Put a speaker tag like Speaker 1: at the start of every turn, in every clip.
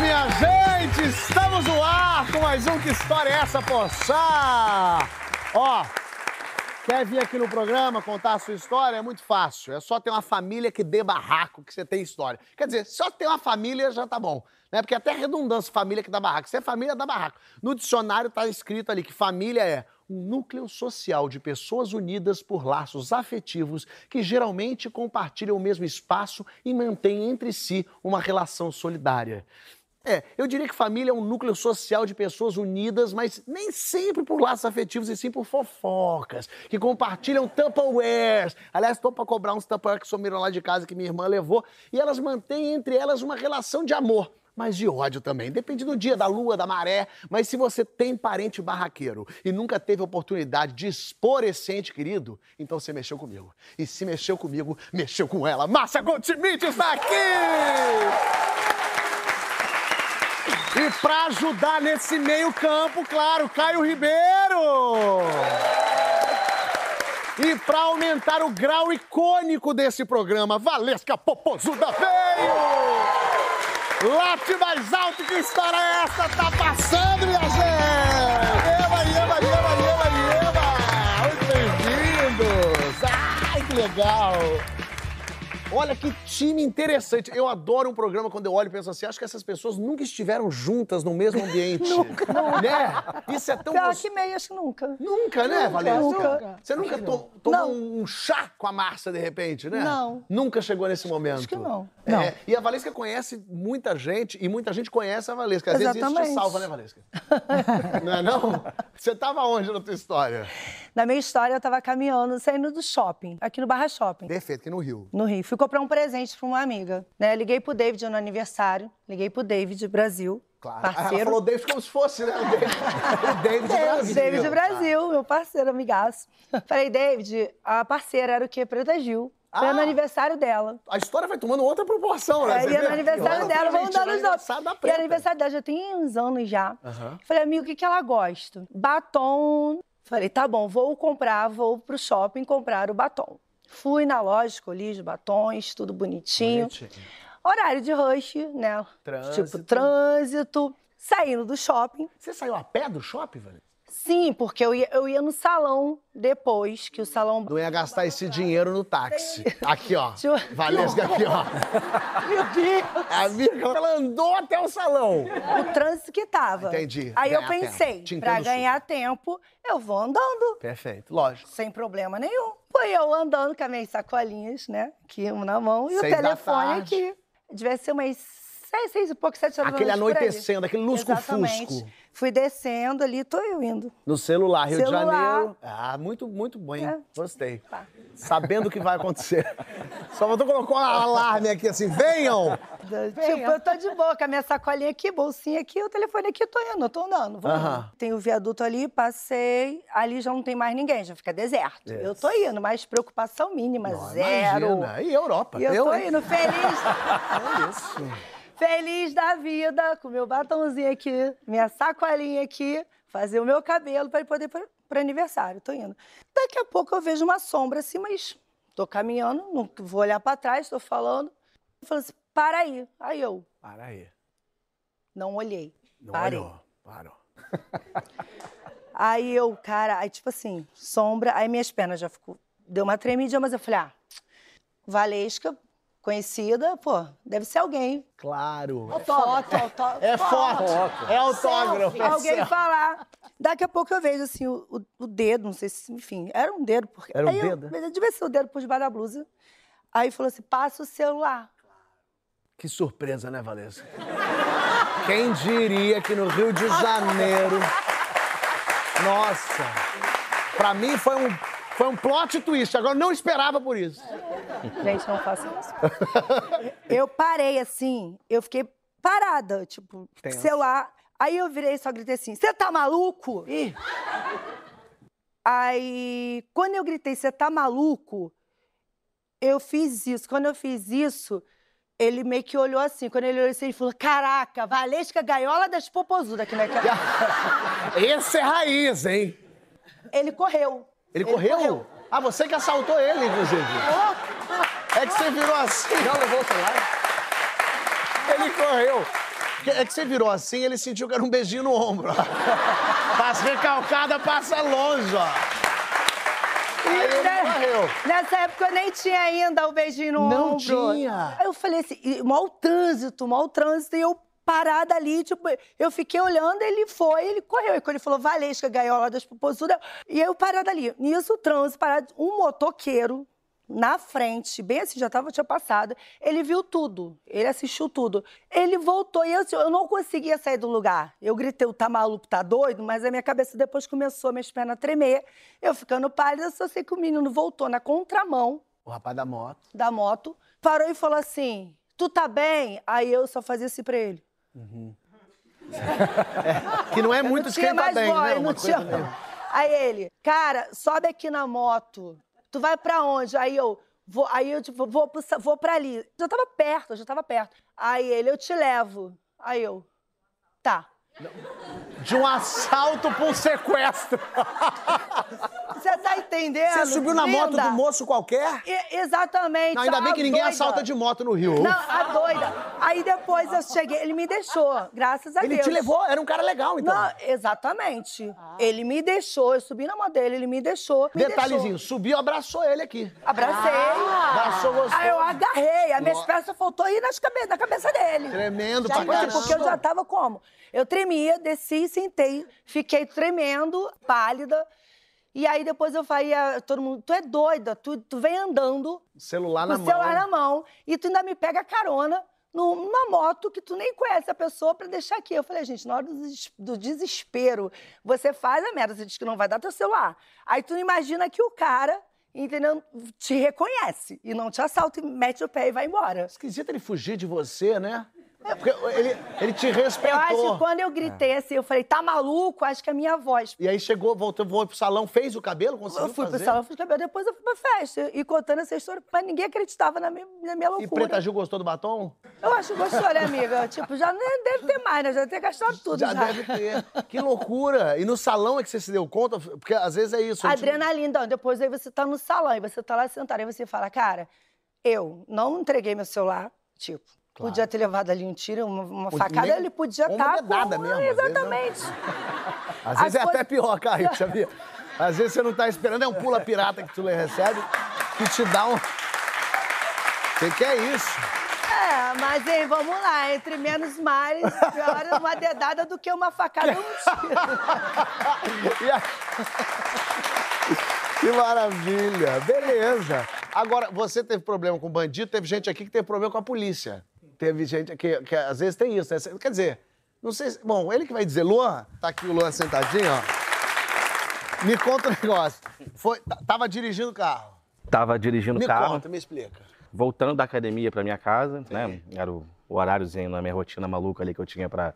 Speaker 1: minha gente! Estamos no ar com mais um Que História é essa, Porchat? Ó, Quer vir aqui no programa contar a sua história? É muito fácil. É só ter uma família que dê barraco, que você tem história. Quer dizer, só ter uma família já tá bom. Né? Porque até redundância, família que dá barraco. Se é família, dá barraco. No dicionário tá escrito ali que família é um núcleo social de pessoas unidas por laços afetivos que geralmente compartilham o mesmo espaço e mantêm entre si uma relação solidária. É, eu diria que família é um núcleo social de pessoas unidas, mas nem sempre por laços afetivos e sim por fofocas, que compartilham Tupperwares. Aliás, estou para cobrar uns Tupperwares que sumiram lá de casa que minha irmã levou, e elas mantêm entre elas uma relação de amor. Mas de ódio também. Depende do dia, da lua, da maré. Mas se você tem parente barraqueiro e nunca teve oportunidade de expor esse ente querido, então você mexeu comigo. E se mexeu comigo, mexeu com ela. Márcia Goldschmidt está aqui! E pra ajudar nesse meio campo, claro, Caio Ribeiro! E pra aumentar o grau icônico desse programa, Valesca Popozuda veio! Late mais alto que história é essa? Tá passando, minha gente! Eba, eba, eba, eba, eba! Muito bem-vindos! Ai, que legal! Olha que time interessante. Eu adoro um programa quando eu olho e penso assim, acho que essas pessoas nunca estiveram juntas no mesmo ambiente. nunca. Né? Isso é tão
Speaker 2: Pior
Speaker 1: gostoso.
Speaker 2: que meio, acho que nunca.
Speaker 1: Nunca, né, Valência?
Speaker 2: nunca.
Speaker 1: Você nunca to tomou um chá com a Márcia, de repente, né?
Speaker 2: Não.
Speaker 1: Nunca chegou nesse momento.
Speaker 2: Acho que não.
Speaker 1: É,
Speaker 2: Não.
Speaker 1: E a Valesca conhece muita gente, e muita gente conhece a Valesca. Às vezes isso te
Speaker 2: Exatamente.
Speaker 1: salva, né, Valesca? não é não? Você tava onde na tua história?
Speaker 2: Na minha história, eu tava caminhando, saindo do shopping, aqui no Barra Shopping.
Speaker 1: Perfeito, aqui no Rio.
Speaker 2: no Rio. Fui comprar um presente pra uma amiga, né? Liguei pro David no aniversário, liguei pro David Brasil,
Speaker 1: Claro. Ela
Speaker 2: parceiro.
Speaker 1: falou David como se fosse, né? O David, o David
Speaker 2: Deus,
Speaker 1: Brasil. tá.
Speaker 2: David Brasil, meu parceiro, amigaço. Falei, David, a parceira era o quê? Preta Gil. Foi
Speaker 1: Ah.
Speaker 2: no aniversário dela.
Speaker 1: Tá. A história vai tomando outra proporção, né?
Speaker 2: Aí
Speaker 1: Você
Speaker 2: ia
Speaker 1: vê?
Speaker 2: É, no aniversário
Speaker 1: Olha,
Speaker 2: dela,
Speaker 1: gente,
Speaker 2: vamos dar
Speaker 1: no
Speaker 2: os outros.
Speaker 1: aniversário da
Speaker 2: E é
Speaker 1: preta.
Speaker 2: aniversário dela já tem uns anos já.
Speaker 1: Aham.
Speaker 2: Falei, amigo, o que, que ela gosta? Batom. Falei, tá bom, vou comprar, vou pro shopping comprar o batom. Fui na loja, escolhi os batons, tudo bonitinho.
Speaker 1: Bonitinho.
Speaker 2: Horário de rush, né?
Speaker 1: Trânsito.
Speaker 2: Tipo, trânsito. Saindo do shopping.
Speaker 1: Você saiu a pé do shopping, velho?
Speaker 2: Sim, porque eu ia, eu ia no salão depois, que o salão.
Speaker 1: Não ia gastar esse dinheiro no táxi. Aqui, ó.
Speaker 2: Deixa eu-
Speaker 1: Valesca aqui, ó.
Speaker 2: Meu Deus!
Speaker 1: A amiga, ela andou até o salão.
Speaker 2: O trânsito que tava.
Speaker 1: Entendi.
Speaker 2: Aí eu
Speaker 1: Ganhar tempo.
Speaker 2: pensei,
Speaker 1: Te entendo
Speaker 2: pra
Speaker 1: super.
Speaker 2: ganhar tempo, eu vou andando.
Speaker 1: Perfeito, lógico.
Speaker 2: Sem problema nenhum. Fui eu andando com as minhas sacolinhas, né? Aqui, uma na mão, e
Speaker 1: Seis
Speaker 2: o
Speaker 1: da
Speaker 2: telefone
Speaker 1: tarde.
Speaker 2: aqui. Devia ser umas seis, seis e pouco, sete horas da
Speaker 1: Aquele
Speaker 2: noite, por aí.
Speaker 1: anoitecendo, aquele lusco-fusco.
Speaker 2: Exatamente. Fui descendo ali, tô eu indo.
Speaker 1: No celular, Rio de
Speaker 2: Celular.
Speaker 1: Janeiro. Ah, muito, muito bem.
Speaker 2: É.
Speaker 1: Gostei.
Speaker 2: Tá.
Speaker 1: Sabendo o que vai acontecer. Só faltou colocar um alarme aqui assim, venham!
Speaker 2: Tipo, eu tô de boa, com a minha sacolinha aqui, bolsinha aqui, o telefone aqui, eu tô indo, eu tô andando. Vou
Speaker 1: Aham.
Speaker 2: indo. Tem o viaduto ali, passei, ali já não tem mais ninguém, já fica deserto.
Speaker 1: Yes.
Speaker 2: Eu tô indo, mas preocupação mínima,
Speaker 1: Ó,
Speaker 2: zero.
Speaker 1: É. Imagina. E Europa?
Speaker 2: E eu, tô
Speaker 1: hein?
Speaker 2: indo feliz,
Speaker 1: É isso.
Speaker 2: feliz da vida, com meu batonzinho aqui, minha sacolinha aqui, fazer o meu cabelo pra ele poder ir pro, pro aniversário, tô indo. Daqui a pouco eu vejo uma sombra assim, mas tô caminhando, não vou olhar pra trás, tô falando. Eu falo assim, para aí. Aí eu,
Speaker 1: Para aí.
Speaker 2: não olhei.
Speaker 1: Não
Speaker 2: Parei.
Speaker 1: olhou. Parou.
Speaker 2: Aí eu, cara, aí tipo assim, sombra, aí minhas pernas já ficou, deu uma tremidinha, mas eu falei, ah, Valesca, conhecida, pô, deve ser alguém.
Speaker 1: Claro.
Speaker 2: Foto, autógrafo.
Speaker 1: É foto. É autógrafo. assim,
Speaker 2: Selfie, Alguém falar. Daqui a pouco eu vejo assim o, o- o dedo, não sei se, enfim, era um dedo porque
Speaker 1: Era um
Speaker 2: aí eu-
Speaker 1: dedo?
Speaker 2: devia ser o dedo por debaixo da blusa. Aí falou assim, passa o celular.
Speaker 1: Que surpresa, né, Valesca? Quem diria que no Rio de Janeiro. Nossa! Pra mim foi um, foi um plot twist. Agora eu não esperava por isso.
Speaker 2: Gente, não faça isso. eu parei assim, eu fiquei parada, tipo,
Speaker 1: Tensa.
Speaker 2: celular. Aí eu virei e só gritei assim: Você tá maluco?
Speaker 1: Ih,
Speaker 2: Aí, quando eu gritei, você tá maluco? Eu fiz isso. Quando eu fiz isso, ele meio que olhou assim. Quando ele olhou assim, ele falou: Caraca, Valesca Gaiola das Popozudas aqui né?" naquela.
Speaker 1: esse é raiz, hein?
Speaker 2: Ele correu.
Speaker 1: Ele, correu? Ah, você que assaltou ele, inclusive. É que você virou assim. Não, levou o celular. Ele correu. Que- É que você virou assim ele sentiu que era um beijinho no ombro. ó. As recalcadas passa longe, ó. Aí ele
Speaker 2: Né?
Speaker 1: correu.
Speaker 2: Nessa época eu nem tinha ainda o beijinho no
Speaker 1: Não
Speaker 2: ombro.
Speaker 1: tinha.
Speaker 2: Aí eu falei assim, e mal trânsito, mal trânsito, e eu parada ali, tipo, eu fiquei olhando, ele foi, ele correu. E quando ele falou, Valesca, gaiola das popozudas, e eu parada ali. Nisso, o trânsito, parado, um motoqueiro na frente, bem assim, já tava, tinha passado, ele viu tudo, ele assistiu tudo. Ele voltou e eu, assim, eu não conseguia sair do lugar. Eu gritei, tá maluco, tá doido? Mas a minha cabeça depois começou, minhas pernas a tremer. Eu ficando pálida, só sei que o menino voltou na contramão
Speaker 1: O rapaz da moto.
Speaker 2: da moto, parou e falou assim: Tu tá bem? Aí eu só fazia assim pra ele.
Speaker 1: Que não é
Speaker 2: Eu
Speaker 1: muito
Speaker 2: não tinha
Speaker 1: esquenta
Speaker 2: mais
Speaker 1: bem,
Speaker 2: voz,
Speaker 1: né?
Speaker 2: não
Speaker 1: Uma
Speaker 2: tinha-
Speaker 1: coisa meio-
Speaker 2: Aí ele, cara, sobe aqui na moto. Tu vai pra onde? Aí eu, vou, aí eu tipo, vou, pro sa- vou pra ali. Já tava perto, eu já tava perto. Aí ele, eu te levo. Aí eu, tá.
Speaker 1: De um assalto pra um sequestro.
Speaker 2: Você tá entendendo?
Speaker 1: Você subiu na moto
Speaker 2: linda?
Speaker 1: do moço qualquer?
Speaker 2: E- exatamente.
Speaker 1: Não, ainda bem
Speaker 2: a
Speaker 1: que ninguém
Speaker 2: doida.
Speaker 1: assalta de moto no Rio.
Speaker 2: Não, a doida. Aí depois eu cheguei, ele me deixou, graças a
Speaker 1: Ele
Speaker 2: Deus.
Speaker 1: te levou, era um cara legal, então.
Speaker 2: Não, exatamente. Ele me deixou, eu subi na mão dele, ele me deixou. me
Speaker 1: Detalhezinho, Ah.
Speaker 2: deixou.
Speaker 1: subiu, abraçou ele aqui.
Speaker 2: Abracei.
Speaker 1: Abraçou gostoso.
Speaker 2: Aí ah, eu agarrei, a minha
Speaker 1: Nossa.
Speaker 2: peças faltou ir nas cabe na cabeça dele.
Speaker 1: Tremendo
Speaker 2: Já
Speaker 1: pra
Speaker 2: foi,
Speaker 1: caramba.
Speaker 2: Porque eu já tava como? Eu tremia, desci, sentei, fiquei tremendo, pálida. E aí depois eu falei, ah, todo mundo, tu é doida, tu, tu vem andando
Speaker 1: Celular Tá na
Speaker 2: com o
Speaker 1: mão.
Speaker 2: celular na mão e tu ainda me pega carona no- numa moto que tu nem conhece a pessoa pra deixar aqui. Eu falei, gente, na hora do, des- do desespero, você faz a merda, você diz que não vai dar teu celular. Aí tu não imagina que o cara, entendeu, te reconhece e não te assalta e mete o pé e vai embora.
Speaker 1: Esquisito ele fugir de você, né? Porque ele, ele te
Speaker 2: Eu acho
Speaker 1: respeitou.
Speaker 2: que quando eu gritei assim, eu falei, tá maluco? Acho que a minha voz.
Speaker 1: É. E aí chegou, voltou, foi pro salão, fez o cabelo, conseguiu
Speaker 2: Eu fui pro
Speaker 1: fazer?
Speaker 2: salão, fui cabelo, depois eu fui pra festa. E contando essa história, mas ninguém acreditava na minha, na minha
Speaker 1: E
Speaker 2: loucura.
Speaker 1: Preta Gil gostou do batom?
Speaker 2: Eu acho gostoso, né, amiga? Tipo, já nem deve ter mais, né? Já deve ter gastado tudo.
Speaker 1: Já
Speaker 2: Já,
Speaker 1: deve ter. Que loucura. E no salão é que você se deu conta? Porque às vezes é isso. a gente-
Speaker 2: Adrenalina. Então, depois aí você tá no salão, aí você tá lá sentado, aí você fala, cara, eu não entreguei meu celular, tipo,
Speaker 1: Claro.
Speaker 2: podia ter levado ali um tiro, uma, uma
Speaker 1: Ou
Speaker 2: facada,
Speaker 1: nem-
Speaker 2: ele podia
Speaker 1: ou uma
Speaker 2: estar.
Speaker 1: dedada mesmo, às vezes, né?
Speaker 2: Exatamente.
Speaker 1: Às vezes
Speaker 2: As
Speaker 1: é
Speaker 2: coisas-
Speaker 1: até pior, Caio, sabia? Às vezes você não tá esperando, é um pula pirata que tu recebe, que te dá um. O que, que é isso?
Speaker 2: É, mas hein, vamos lá, entre menos males, pior é uma dedada do que uma facada ou um tiro.
Speaker 1: E a- Que maravilha! Beleza! Agora, você teve problema com bandido, teve gente aqui que teve problema com a polícia. Teve gente que, que às vezes tem isso, né? Cê- Quer dizer, não sei se. Bom, ele que vai dizer, Luan, tá aqui o Luan sentadinho, ó. Me conta um negócio. Foi, t- tava dirigindo o carro.
Speaker 3: Tava dirigindo
Speaker 1: me
Speaker 3: o carro,
Speaker 1: conta, me explica.
Speaker 3: voltando da academia pra minha casa, né? Era o o horáriozinho na minha rotina maluca ali que eu tinha pra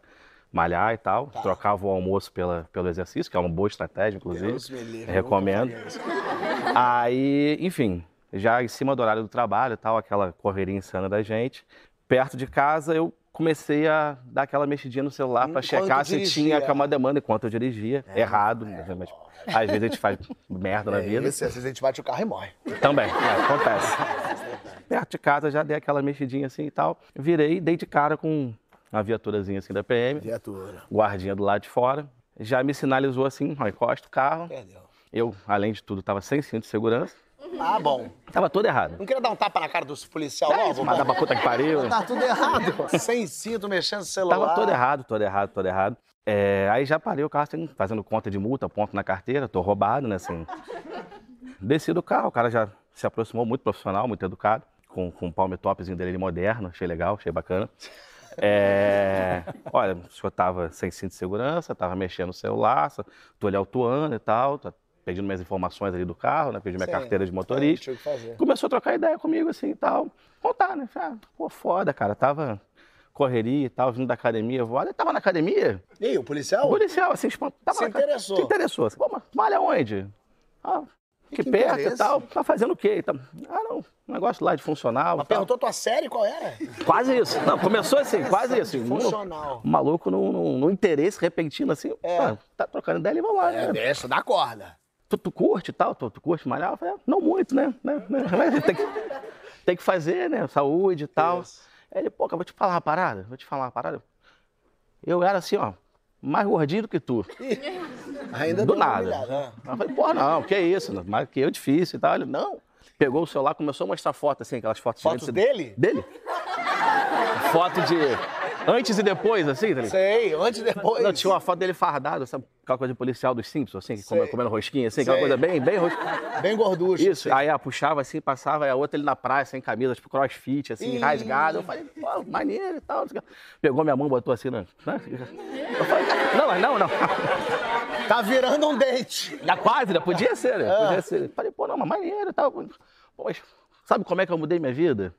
Speaker 3: malhar e tal.
Speaker 1: Tá.
Speaker 3: Trocava o almoço pela, pelo exercício, que é uma boa estratégia, inclusive.
Speaker 1: Deus me livre,
Speaker 3: Recomendo.
Speaker 1: nunca
Speaker 3: Aí, enfim, já em cima do horário do trabalho e tal, aquela correria insana da gente. Perto de casa, eu comecei a dar aquela mexidinha no celular pra
Speaker 1: Enquanto
Speaker 3: checar se
Speaker 1: dirigia.
Speaker 3: tinha aquela demanda enquanto eu dirigia. Errado, mas às vezes a gente faz merda na
Speaker 1: É
Speaker 3: vida.
Speaker 1: isso, às vezes a gente bate o carro e morre.
Speaker 3: Também, é, acontece. Perto de casa já dei aquela mexidinha assim e tal. Virei e dei de cara com a viaturazinha assim da PM,
Speaker 1: Viatura.
Speaker 3: guardinha do lado de fora. Já me sinalizou assim, ó, encosta o carro.
Speaker 1: Perdeu.
Speaker 3: Eu, além de tudo, tava sem cinto de segurança.
Speaker 1: Ah, bom.
Speaker 3: Tava todo errado.
Speaker 1: Não queria dar um tapa na cara dos policial
Speaker 3: É
Speaker 1: logo?
Speaker 3: isso, mas
Speaker 1: Tá bom?
Speaker 3: da puta que pariu.
Speaker 1: Tá tudo errado. Sem cinto, mexendo no celular.
Speaker 3: Tava todo errado, todo errado, todo errado. É, aí já parei o carro assim, fazendo conta de multa, ponto na carteira, tô roubado, né? Assim. Desci do carro, o cara já se aproximou, muito profissional, muito educado, com, com o palme topzinho dele moderno, achei legal, achei bacana. É, olha, o senhor tava sem cinto de segurança, tava mexendo no celular, só- tô ali autuando e tal, tá pedindo minhas informações ali do carro, né? Pedindo minha
Speaker 1: Sim,
Speaker 3: carteira de
Speaker 1: é,
Speaker 3: motorista.
Speaker 1: tinha o que fazer.
Speaker 3: Começou a trocar ideia comigo assim e tal. Contar, né? Falei, Ah, pô, foda, cara. Tava correria e tal, vindo da academia. Eu vou, olha, tava na academia?
Speaker 1: E aí, o policial?
Speaker 3: O policial, assim, espantado. Tava
Speaker 1: Se
Speaker 3: na ca-
Speaker 1: interessou.
Speaker 3: Se interessou. Assim, Pô, mas malha onde? Ah,
Speaker 1: E
Speaker 3: que,
Speaker 1: que
Speaker 3: perto
Speaker 1: interesse?
Speaker 3: e tal. Tá fazendo o quê? E tal. Ah, não, um negócio lá de funcional. e
Speaker 1: Mas
Speaker 3: tal.
Speaker 1: perguntou tua série qual era?
Speaker 3: Quase isso. Não, começou assim, quase isso. Um-
Speaker 1: Funcional.
Speaker 3: Um maluco num, num- num interesse repentino, assim,
Speaker 1: É.
Speaker 3: pá, tá trocando ideia, ele vai lá, né?
Speaker 1: deixa, dá corda.
Speaker 3: Tu, tu curte e tal, tu, tu curte malhar? Eu falei, ah, não muito, né? né? né, Mas tem que, tem que fazer, né? Saúde e tal.
Speaker 1: Isso.
Speaker 3: Aí ele, pô, cara, vou te falar uma parada, vou te falar uma parada. Eu era assim, ó, mais gordinho do que tu.
Speaker 1: Ainda
Speaker 3: Do
Speaker 1: deu uma
Speaker 3: nada.
Speaker 1: humilhada, né?
Speaker 3: Aí Eu falei, porra, não, que isso, não, mais que eu difícil e tal. Ele, não. Pegou o celular, começou a mostrar foto, assim, aquelas fotos... de
Speaker 1: Fotos
Speaker 3: antes e-
Speaker 1: dele?
Speaker 3: Dele. foto de antes e depois, assim, tá ligado?
Speaker 1: Sei, antes e depois.
Speaker 3: Não, tinha uma foto dele fardado, sabe? Aquela coisa de policial dos Simpsons, assim, que come-
Speaker 1: Sei.
Speaker 3: comendo rosquinha, assim, aquela
Speaker 1: Sei.
Speaker 3: coisa bem, bem rosquinha.
Speaker 1: Bem gorducho.
Speaker 3: Isso. Aí a puxava assim, passava, e a outra ele na praia, sem camisa, tipo crossfit, assim,
Speaker 1: Ih.
Speaker 3: rasgado. Eu falei, pô, maneiro e tal. não sei o quê. Pegou minha mão, botou assim, né? né? Eu falei, não, não, não.
Speaker 1: Tá virando um dente.
Speaker 3: Já quase, né? Podia ser, né?
Speaker 1: É.
Speaker 3: Podia ser. Eu Falei, pô, não, mas maneiro e tal. Pô, mas sabe como é que eu mudei minha vida?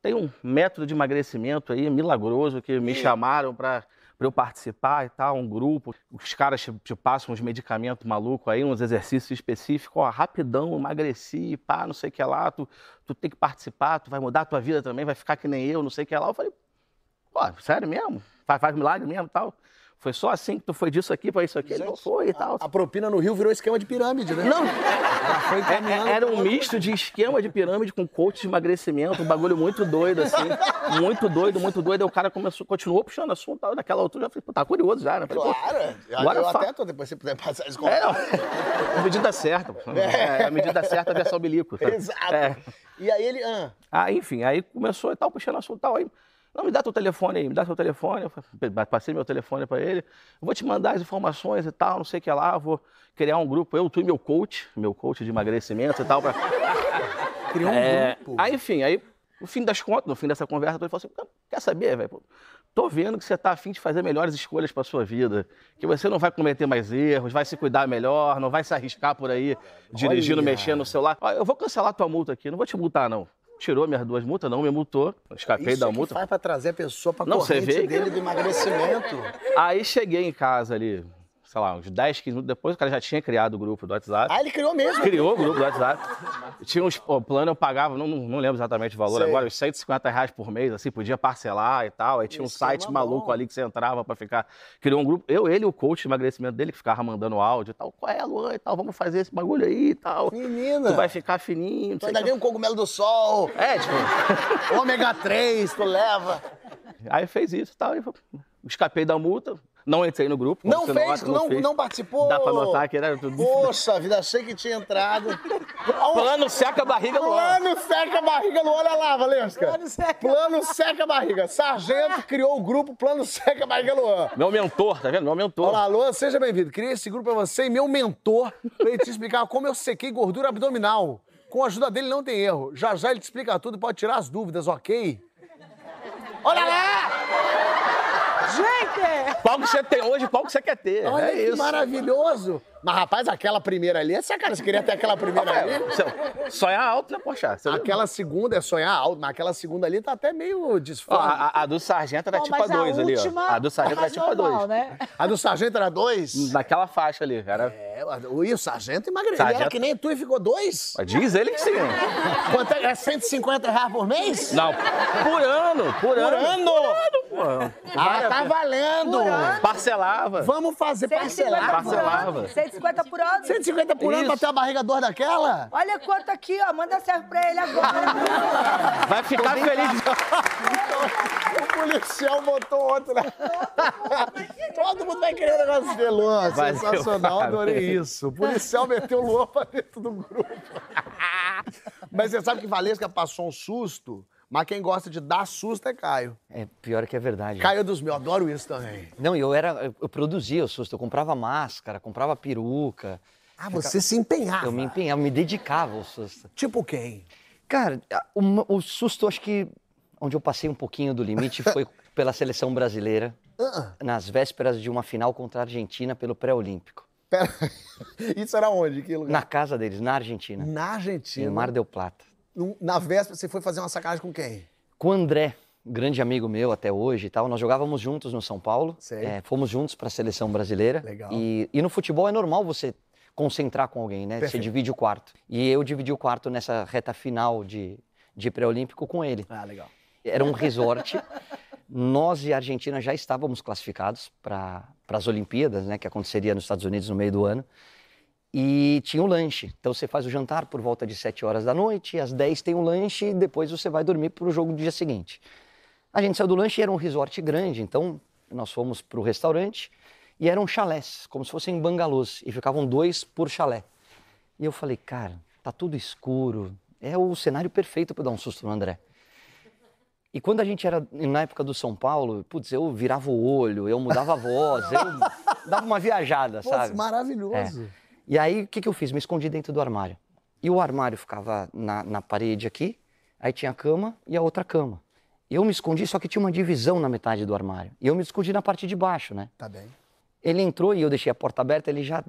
Speaker 3: Tem um método de emagrecimento aí, milagroso, que me chamaram pra, pra eu participar e tal, um grupo. Os caras te, te passam uns medicamentos malucos aí, uns exercícios específicos, ó, rapidão, emagreci, pá, não sei o que lá, tu, tu tem que participar, tu vai mudar a tua vida também, vai ficar que nem eu, não sei o que lá. Eu falei, pô, sério mesmo? Faz, faz milagre mesmo e tal? Foi só assim que tu foi disso aqui pra isso aqui? Ele falou, foi e tal.
Speaker 1: A propina no Rio virou esquema de pirâmide, né?
Speaker 3: Não.
Speaker 1: Ela foi encaminhando.
Speaker 3: É- é- Era um misto de esquema de pirâmide com coach de emagrecimento, um bagulho muito doido, assim. Muito doido, muito doido. Aí o cara começou, continuou puxando assunto. tal. Naquela altura eu já falei, pô, tá curioso já, né? Falei, pô,
Speaker 1: Claro. Eu,
Speaker 3: Agora
Speaker 1: eu
Speaker 3: fa-
Speaker 1: até tô, depois se puder passar a escola.
Speaker 3: É, não. A medida certa. pô. É, a medida certa é a versão bilico. sabe?
Speaker 1: Exato.
Speaker 3: É.
Speaker 1: E aí ele. ah,
Speaker 3: Aí, enfim, aí começou e tal, puxando assunto e tal. Aí, não, me dá teu telefone aí, me dá teu telefone. Eu fa- passei meu telefone pra ele. Vou te mandar as informações e tal, não sei o que lá. Vou criar um grupo, eu, tu e meu coach, meu coach de emagrecimento e tal, pra...
Speaker 1: criou um
Speaker 3: É,
Speaker 1: grupo.
Speaker 3: Aí, enfim, aí, no fim das contas, no fim dessa conversa, ele falou assim: "Não, quer saber, velho? pô, Tô vendo que você tá afim de fazer melhores escolhas pra sua vida. Que você não vai cometer mais erros, vai se cuidar melhor, não vai se arriscar por aí, dirigindo,
Speaker 1: Olha.
Speaker 3: mexendo no celular. Ó, Eu vou cancelar tua multa aqui, não vou te multar, não. Tirou minhas duas multas, não me multou. Escapei
Speaker 1: Isso
Speaker 3: da
Speaker 1: é que
Speaker 3: multa.
Speaker 1: faz pra trazer a pessoa pra
Speaker 3: Não, você
Speaker 1: corrente
Speaker 3: vê que-
Speaker 1: dele do emagrecimento.
Speaker 3: Aí cheguei em casa ali, sei lá, uns 10, 15 minutos depois, o cara já tinha criado o grupo do WhatsApp.
Speaker 1: Ah, ele criou mesmo.
Speaker 3: Criou o grupo do WhatsApp. Tinha uns pô, plano, eu pagava, não, não- não lembro exatamente o valor
Speaker 1: Sei.
Speaker 3: agora, uns 150 reais por mês, assim, podia parcelar e tal. Aí tinha um
Speaker 1: Isso é
Speaker 3: site
Speaker 1: uma
Speaker 3: maluco
Speaker 1: boa.
Speaker 3: ali que você entrava pra ficar. Criou um grupo, eu, ele e o coach de emagrecimento dele, que ficava mandando áudio e tal. Qual é, Luan e tal, vamos fazer esse bagulho aí e tal.
Speaker 1: Menina.
Speaker 3: Tu vai ficar fininho, não
Speaker 1: Tu
Speaker 3: sei o
Speaker 1: ainda
Speaker 3: que.
Speaker 1: ganha um cogumelo do sol,
Speaker 3: É, tipo.
Speaker 1: ômega 3, tu leva.
Speaker 3: aí fez isso e tal. E eu escapei da multa, não entrei no grupo. como
Speaker 1: Não
Speaker 3: você
Speaker 1: fez,
Speaker 3: nota,
Speaker 1: não,
Speaker 3: fiz.
Speaker 1: não participou.
Speaker 3: Dá pra notar que era tudo.
Speaker 1: Poxa vida, achei que tinha entrado. Olha
Speaker 3: Plano seca a barriga,
Speaker 1: o
Speaker 3: Luan.
Speaker 1: Plano seca a barriga, Luan, olha lá, Valesca. Plano seca. a barriga. Sargento criou o grupo Plano Seca a Barriga Luan.
Speaker 3: Meu mentor, tá vendo? Meu mentor.
Speaker 1: Olá, Luan, seja bem-vindo. Criei esse grupo pra você e meu mentor pra ele te explicar como eu sequei gordura abdominal. Com a ajuda dele não tem erro. Já já ele te explica tudo e pode tirar as dúvidas, ok? Olha lá!
Speaker 2: Gente!
Speaker 3: Qual que você tem hoje, qual que você quer ter.
Speaker 1: Olha
Speaker 3: é
Speaker 1: que
Speaker 3: isso.
Speaker 1: maravilhoso! Mas, rapaz, aquela primeira ali, essa cara, você queria ter aquela primeira ali?
Speaker 3: Seu- Sonhar alto, né, poxa? Você-
Speaker 1: Aquela segunda é sonhar alto, mas aquela segunda ali tá até meio
Speaker 3: Ó,
Speaker 1: disforme.
Speaker 3: a, a- a do sargento
Speaker 1: É
Speaker 3: era
Speaker 4: Bom,
Speaker 3: tipo a
Speaker 4: mas
Speaker 3: 2 ali, ó.
Speaker 4: última
Speaker 3: A do sargento era
Speaker 4: mais
Speaker 3: tipo a 2.
Speaker 4: normal, Né?
Speaker 1: tá A do sargento era dois?
Speaker 3: Naquela faixa ali, era.
Speaker 1: É, o, e o sargento emagreceu. Ele era
Speaker 3: Sargento-
Speaker 1: que nem tu e ficou dois?
Speaker 3: Diz ele que sim.
Speaker 1: Quanto é, é 150 reais por mês?
Speaker 3: Não, por ano, por, ano. Por ano, pô.
Speaker 1: Ah, tá valendo!
Speaker 3: Parcelava.
Speaker 1: Vamos fazer
Speaker 2: 150
Speaker 1: parcelar.
Speaker 2: por
Speaker 3: Parcelava.
Speaker 2: ano. 150 por ano.
Speaker 1: 150 por ano
Speaker 3: Isso.
Speaker 1: pra ter a barriga dor daquela?
Speaker 2: Olha quanto aqui, ó. Manda serve pra ele agora.
Speaker 3: Vai ficar feliz.
Speaker 1: O policial botou outro, né? Todo mundo vai querer um negócio de Luan.
Speaker 3: Valeu,
Speaker 1: Sensacional,
Speaker 3: Fábio.
Speaker 1: adorei isso. O policial meteu o Luan pra dentro do grupo. Mas você sabe que Valesca passou um susto, mas quem gosta de dar susto é Caio.
Speaker 5: É pior que é verdade.
Speaker 1: Caio é dos meus, eu adoro isso também.
Speaker 5: Não, eu era. Eu, eu produzia o susto, eu comprava máscara, comprava peruca.
Speaker 1: Ah, você se empenhava.
Speaker 5: Eu me empenhava, me dedicava ao susto.
Speaker 1: Tipo quem?
Speaker 5: Cara, a- uma- o susto, acho que onde eu passei um pouquinho do limite foi pela seleção brasileira,
Speaker 1: Ah,
Speaker 5: nas vésperas de uma final contra a Argentina pelo pré-olímpico.
Speaker 1: pera. Isso era onde? Que lugar?
Speaker 5: Na casa deles, na Argentina,
Speaker 1: Na
Speaker 5: em
Speaker 1: Argentina.
Speaker 5: Mar del Plata.
Speaker 1: Num- Na véspera, você foi fazer uma sacanagem com quem?
Speaker 5: Com o André, grande amigo meu até hoje e tal. Nós jogávamos juntos no São Paulo.
Speaker 1: Sei.
Speaker 5: É, fomos juntos para a seleção brasileira.
Speaker 1: Legal.
Speaker 5: E, e no futebol é normal você concentrar com alguém, né? Você
Speaker 1: Perfeito.
Speaker 5: divide o quarto. E eu dividi o quarto nessa reta final de, de pré-olímpico com ele.
Speaker 1: Ah, legal.
Speaker 5: Era um resort. Nós e a Argentina já estávamos classificados para as Olimpíadas, né, que aconteceria nos Estados Unidos no meio do ano. E tinha o lanche. Então você faz o jantar por volta de 7 horas da noite, às 10 tem o lanche e depois você vai dormir para o jogo do dia seguinte. A gente saiu do lanche e era um resort grande, então nós fomos para o restaurante e eram chalés, como se fossem bangalôs, e ficavam dois por chalé. E eu falei, cara, tá tudo escuro, é o cenário perfeito para dar um susto no André. E quando a gente era na época do São Paulo, putz, eu virava o olho, eu mudava a voz, eu dava uma viajada,
Speaker 1: Pô,
Speaker 5: sabe?
Speaker 1: maravilhoso.
Speaker 5: E aí, o que, que eu fiz? Me escondi dentro do armário. E o armário ficava na, na parede aqui, aí tinha a cama e a outra cama. Eu me escondi, só que tinha uma divisão na metade do armário. E eu me escondi na parte de baixo, né?
Speaker 1: Tá bem.
Speaker 5: Ele entrou e eu deixei a porta aberta, ele já.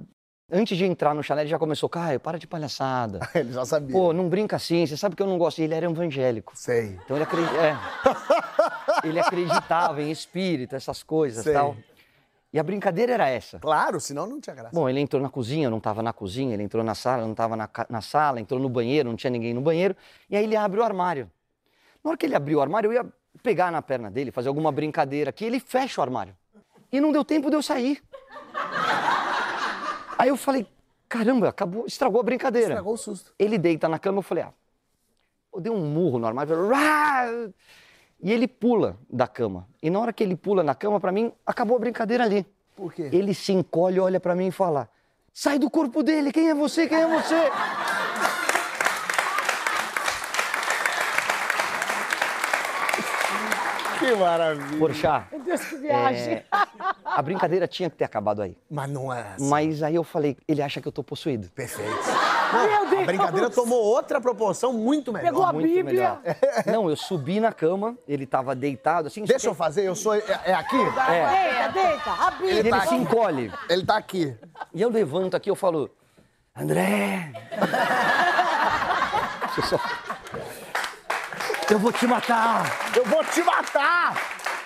Speaker 5: Antes de entrar no chalé, ele já começou, Caio, para de palhaçada.
Speaker 1: Ele já sabia.
Speaker 5: Pô, não brinca assim, você sabe que eu não gosto. E ele era evangélico.
Speaker 1: Sei.
Speaker 5: Então ele, acre- é. Ele acreditava em espírito, essas coisas
Speaker 1: Sei.
Speaker 5: e tal. E a brincadeira era essa.
Speaker 1: Claro, senão não tinha graça.
Speaker 5: Bom, ele entrou na cozinha, eu não estava na cozinha, ele entrou na sala, eu não estava na, ca- na sala, entrou no banheiro, não tinha ninguém no banheiro, e aí ele abre o armário. Na hora que ele abriu o armário, eu ia pegar na perna dele, fazer alguma brincadeira aqui, ele fecha o armário. E não deu tempo de eu sair. Aí eu falei, caramba, acabou, estragou a brincadeira.
Speaker 1: Estragou o susto.
Speaker 5: Ele deita na cama, eu falei, ah, eu dei um murro no armário, falei, "Rá!" e ele pula da cama. E na hora que ele pula na cama, pra mim, acabou a brincadeira ali.
Speaker 1: Por quê?
Speaker 5: Ele se encolhe, olha pra mim e fala: Sai do corpo dele, quem é você? Quem é você?
Speaker 1: Que maravilha.
Speaker 5: Porchá, É,
Speaker 4: Meu Deus, que viagem.
Speaker 5: a brincadeira tinha que ter acabado aí.
Speaker 1: Mas não é assim.
Speaker 5: Mas aí eu falei: Ele acha que eu tô possuído.
Speaker 1: Perfeito. Não,
Speaker 4: Meu Deus.
Speaker 1: A brincadeira tomou outra proporção muito melhor.
Speaker 4: Pegou a
Speaker 5: Muito
Speaker 4: Bíblia.
Speaker 5: melhor. Não, eu subi na cama, ele tava deitado assim.
Speaker 1: Deixa eu fazer, eu sou. É, é aqui?
Speaker 4: Deita, deita, a Bíblia.
Speaker 5: Ele
Speaker 1: tá
Speaker 5: se
Speaker 1: aqui.
Speaker 5: encolhe.
Speaker 1: Ele tá aqui.
Speaker 5: E eu levanto aqui, eu falo, André! Deixa eu só. Eu vou te matar!
Speaker 1: Eu vou te matar!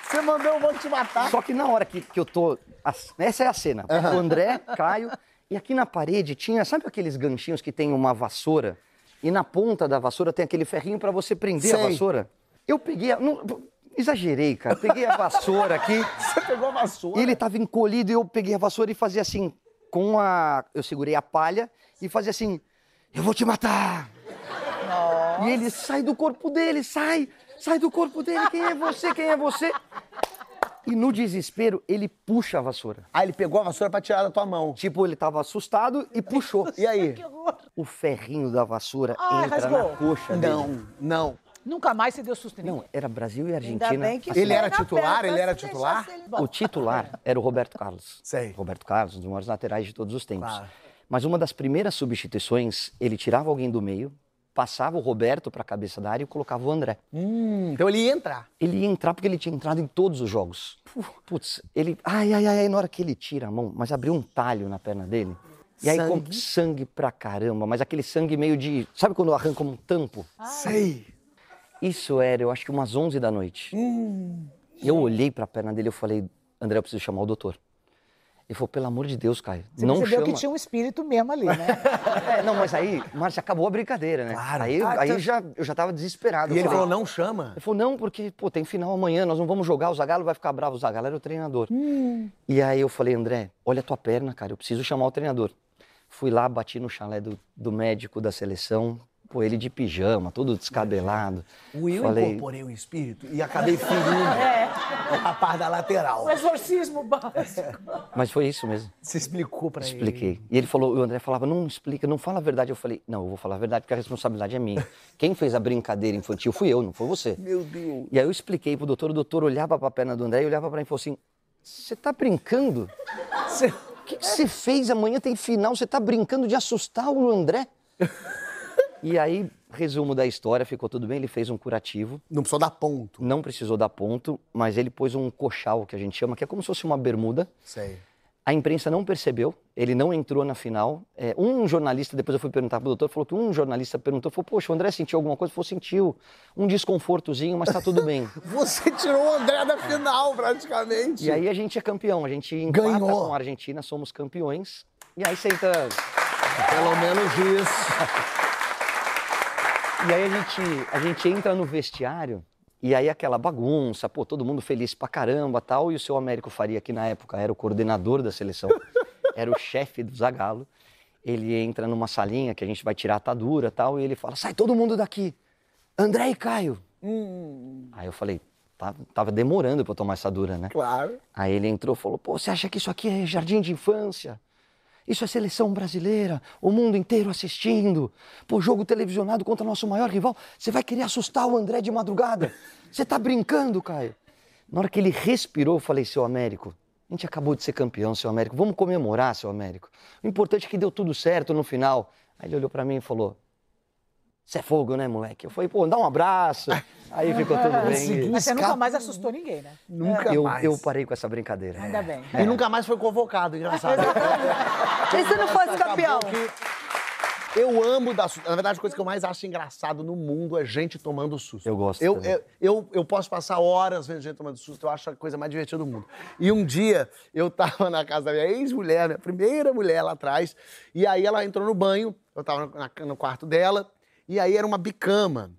Speaker 1: Você mandou eu vou te matar.
Speaker 5: Só que na hora que, que eu tô. as- Essa é a cena. O André, Caio, e aqui na parede tinha, sabe aqueles ganchinhos que tem uma vassoura? E na ponta da vassoura tem aquele ferrinho pra você prender a
Speaker 1: Sei.
Speaker 5: vassoura? Eu peguei a. não, exagerei, cara. Peguei a vassoura aqui.
Speaker 1: Você pegou a vassoura.
Speaker 5: E ele tava encolhido e eu peguei a vassoura e fazia assim, com a. Eu segurei a palha e fazia assim: Eu vou te matar! E ele sai do corpo dele, sai! Sai do corpo dele, quem é você? Quem é você? E no desespero, ele puxa a vassoura.
Speaker 1: Ah, ele pegou a vassoura pra tirar da tua mão.
Speaker 5: Tipo, ele tava assustado e puxou.
Speaker 1: E aí?
Speaker 5: O ferrinho da vassoura
Speaker 4: Ah,
Speaker 5: entra
Speaker 4: rasgou.
Speaker 5: na coxa dele.
Speaker 1: Não, não.
Speaker 4: Nunca mais você deu susto em ninguém.
Speaker 5: Não, era Brasil e Argentina.
Speaker 2: Ainda bem que
Speaker 5: assim,
Speaker 1: Ele
Speaker 4: é
Speaker 2: foi
Speaker 1: era
Speaker 2: na
Speaker 1: titular?
Speaker 2: perna,
Speaker 1: Ele era
Speaker 2: se deixasse
Speaker 1: titular?
Speaker 2: ele-
Speaker 5: O titular era o Roberto Carlos.
Speaker 1: Sei.
Speaker 5: Roberto Carlos, um dos maiores laterais de todos os tempos.
Speaker 1: Claro.
Speaker 5: Mas uma das primeiras substituições, ele tirava alguém do meio, passava o Roberto para a cabeça da área e colocava o André.
Speaker 1: Hum, então ele ia entrar.
Speaker 5: Ele ia entrar porque ele tinha entrado em todos os jogos. Putz, ele. Ai, ai, ai, ai, na hora que ele tira a mão, mas abriu um talho na perna dele. E aí, com sangue pra caramba, mas aquele sangue meio de. Sabe quando arranca um tampo?
Speaker 1: Sei.
Speaker 5: Isso era, eu acho que umas 11 da noite.
Speaker 1: Hum.
Speaker 5: Eu olhei pra perna dele e falei, André, eu preciso chamar o doutor. Ele falou, pelo amor de Deus, Caio,
Speaker 4: Você
Speaker 5: não
Speaker 4: percebeu
Speaker 5: chama.
Speaker 4: que tinha um espírito mesmo ali, né?
Speaker 5: É, não, mas aí, Márcia, acabou a brincadeira, né?
Speaker 1: um- Claro.
Speaker 5: Aí,
Speaker 1: Ah,
Speaker 5: aí
Speaker 1: então-
Speaker 5: já, eu já tava desesperado.
Speaker 1: E ele
Speaker 5: Eu falei-
Speaker 1: falou: não chama.
Speaker 5: Ele falou, não, porque, pô, tem final amanhã, nós não vamos jogar, o Zagallo vai ficar bravo. O Zagallo era o treinador.
Speaker 1: Hum.
Speaker 5: E aí eu falei, André, olha a tua perna, cara, eu preciso chamar o treinador. Fui lá, bati no chalé do, do médico da seleção, pô, ele de pijama, todo descabelado.
Speaker 1: O eu
Speaker 5: falei,
Speaker 1: incorporei o espírito e acabei ferindo o rapaz da lateral.
Speaker 4: É. O exorcismo básico.
Speaker 5: mas foi isso mesmo.
Speaker 1: Você explicou pra ele.
Speaker 5: Expliquei. E ele falou, o André falava, não explica, não fala a verdade. Eu falei, não, eu vou falar a verdade porque a responsabilidade é minha. Quem fez a brincadeira infantil fui eu, não foi você.
Speaker 1: Meu Deus.
Speaker 5: E aí eu expliquei pro doutor, o doutor olhava pra perna do André e olhava pra mim e falou assim, você tá brincando?
Speaker 1: Você-
Speaker 5: O que que você fez? Amanhã tem final, você tá brincando de assustar o André? E aí, resumo da história, ficou tudo bem, ele fez um curativo,
Speaker 1: Não precisou dar ponto.
Speaker 5: não precisou dar ponto, mas ele pôs um coxal, que a gente chama, que é como se fosse uma bermuda,
Speaker 1: Sei.
Speaker 5: A imprensa não percebeu, ele não entrou na final. É, um jornalista, depois eu fui perguntar pro doutor, falou que um jornalista perguntou, falou, poxa, o André sentiu alguma coisa? Ele Falou, sentiu um desconfortozinho, mas tá tudo bem.
Speaker 1: Você tirou o André da final, praticamente.
Speaker 5: É. e aí a gente é campeão, a gente empata
Speaker 1: Ganhou.
Speaker 5: com a Argentina, somos campeões. E aí sentamos.
Speaker 1: Pelo menos isso.
Speaker 5: E aí a gente, a gente entra no vestiário e aí aquela bagunça, pô, todo mundo feliz pra caramba tal. E o seu Américo Faria, que na época era o coordenador da seleção, era o chefe do Zagalo, ele entra numa salinha que a gente vai tirar a atadura tal, e ele fala: sai todo mundo daqui, André e Caio. Aí eu falei: "Tá- tava demorando pra eu tomar essa dura, né?
Speaker 1: Claro.
Speaker 5: Aí ele entrou e falou: Pô, você acha que isso aqui é jardim de infância? Isso é seleção brasileira, o mundo inteiro assistindo. Pô, jogo televisionado contra nosso maior rival. Você vai querer assustar o André de madrugada? Você tá brincando, Caio? Na hora que ele respirou, eu falei: Seu Américo, a gente acabou de ser campeão, seu Américo. Vamos comemorar, seu Américo. O importante é que deu tudo certo no final. Aí ele olhou pra mim e falou: Você é fogo, né, moleque? Eu falei: Pô, dá um abraço. Aí ficou tudo bem.
Speaker 4: Mas você nunca mais assustou ninguém, né?
Speaker 1: Nunca
Speaker 5: É. Eu,
Speaker 1: mais. É,
Speaker 5: eu parei com essa brincadeira. É.
Speaker 4: Ainda bem.
Speaker 1: E nunca mais foi convocado, engraçado.
Speaker 2: E se não fosse
Speaker 1: Acabou
Speaker 2: campeão?
Speaker 1: que Eu amo dar susto. Na verdade, a coisa que eu mais acho engraçado no mundo é gente tomando susto.
Speaker 5: Eu gosto
Speaker 1: Eu,
Speaker 5: também.
Speaker 1: eu, eu, eu posso passar horas vendo gente tomando susto. Eu acho a coisa mais divertida do mundo. E um dia, eu tava na casa da minha ex-mulher, minha primeira mulher lá atrás, e aí ela entrou no banho, eu tava no, na- no quarto dela, e aí era uma bicama.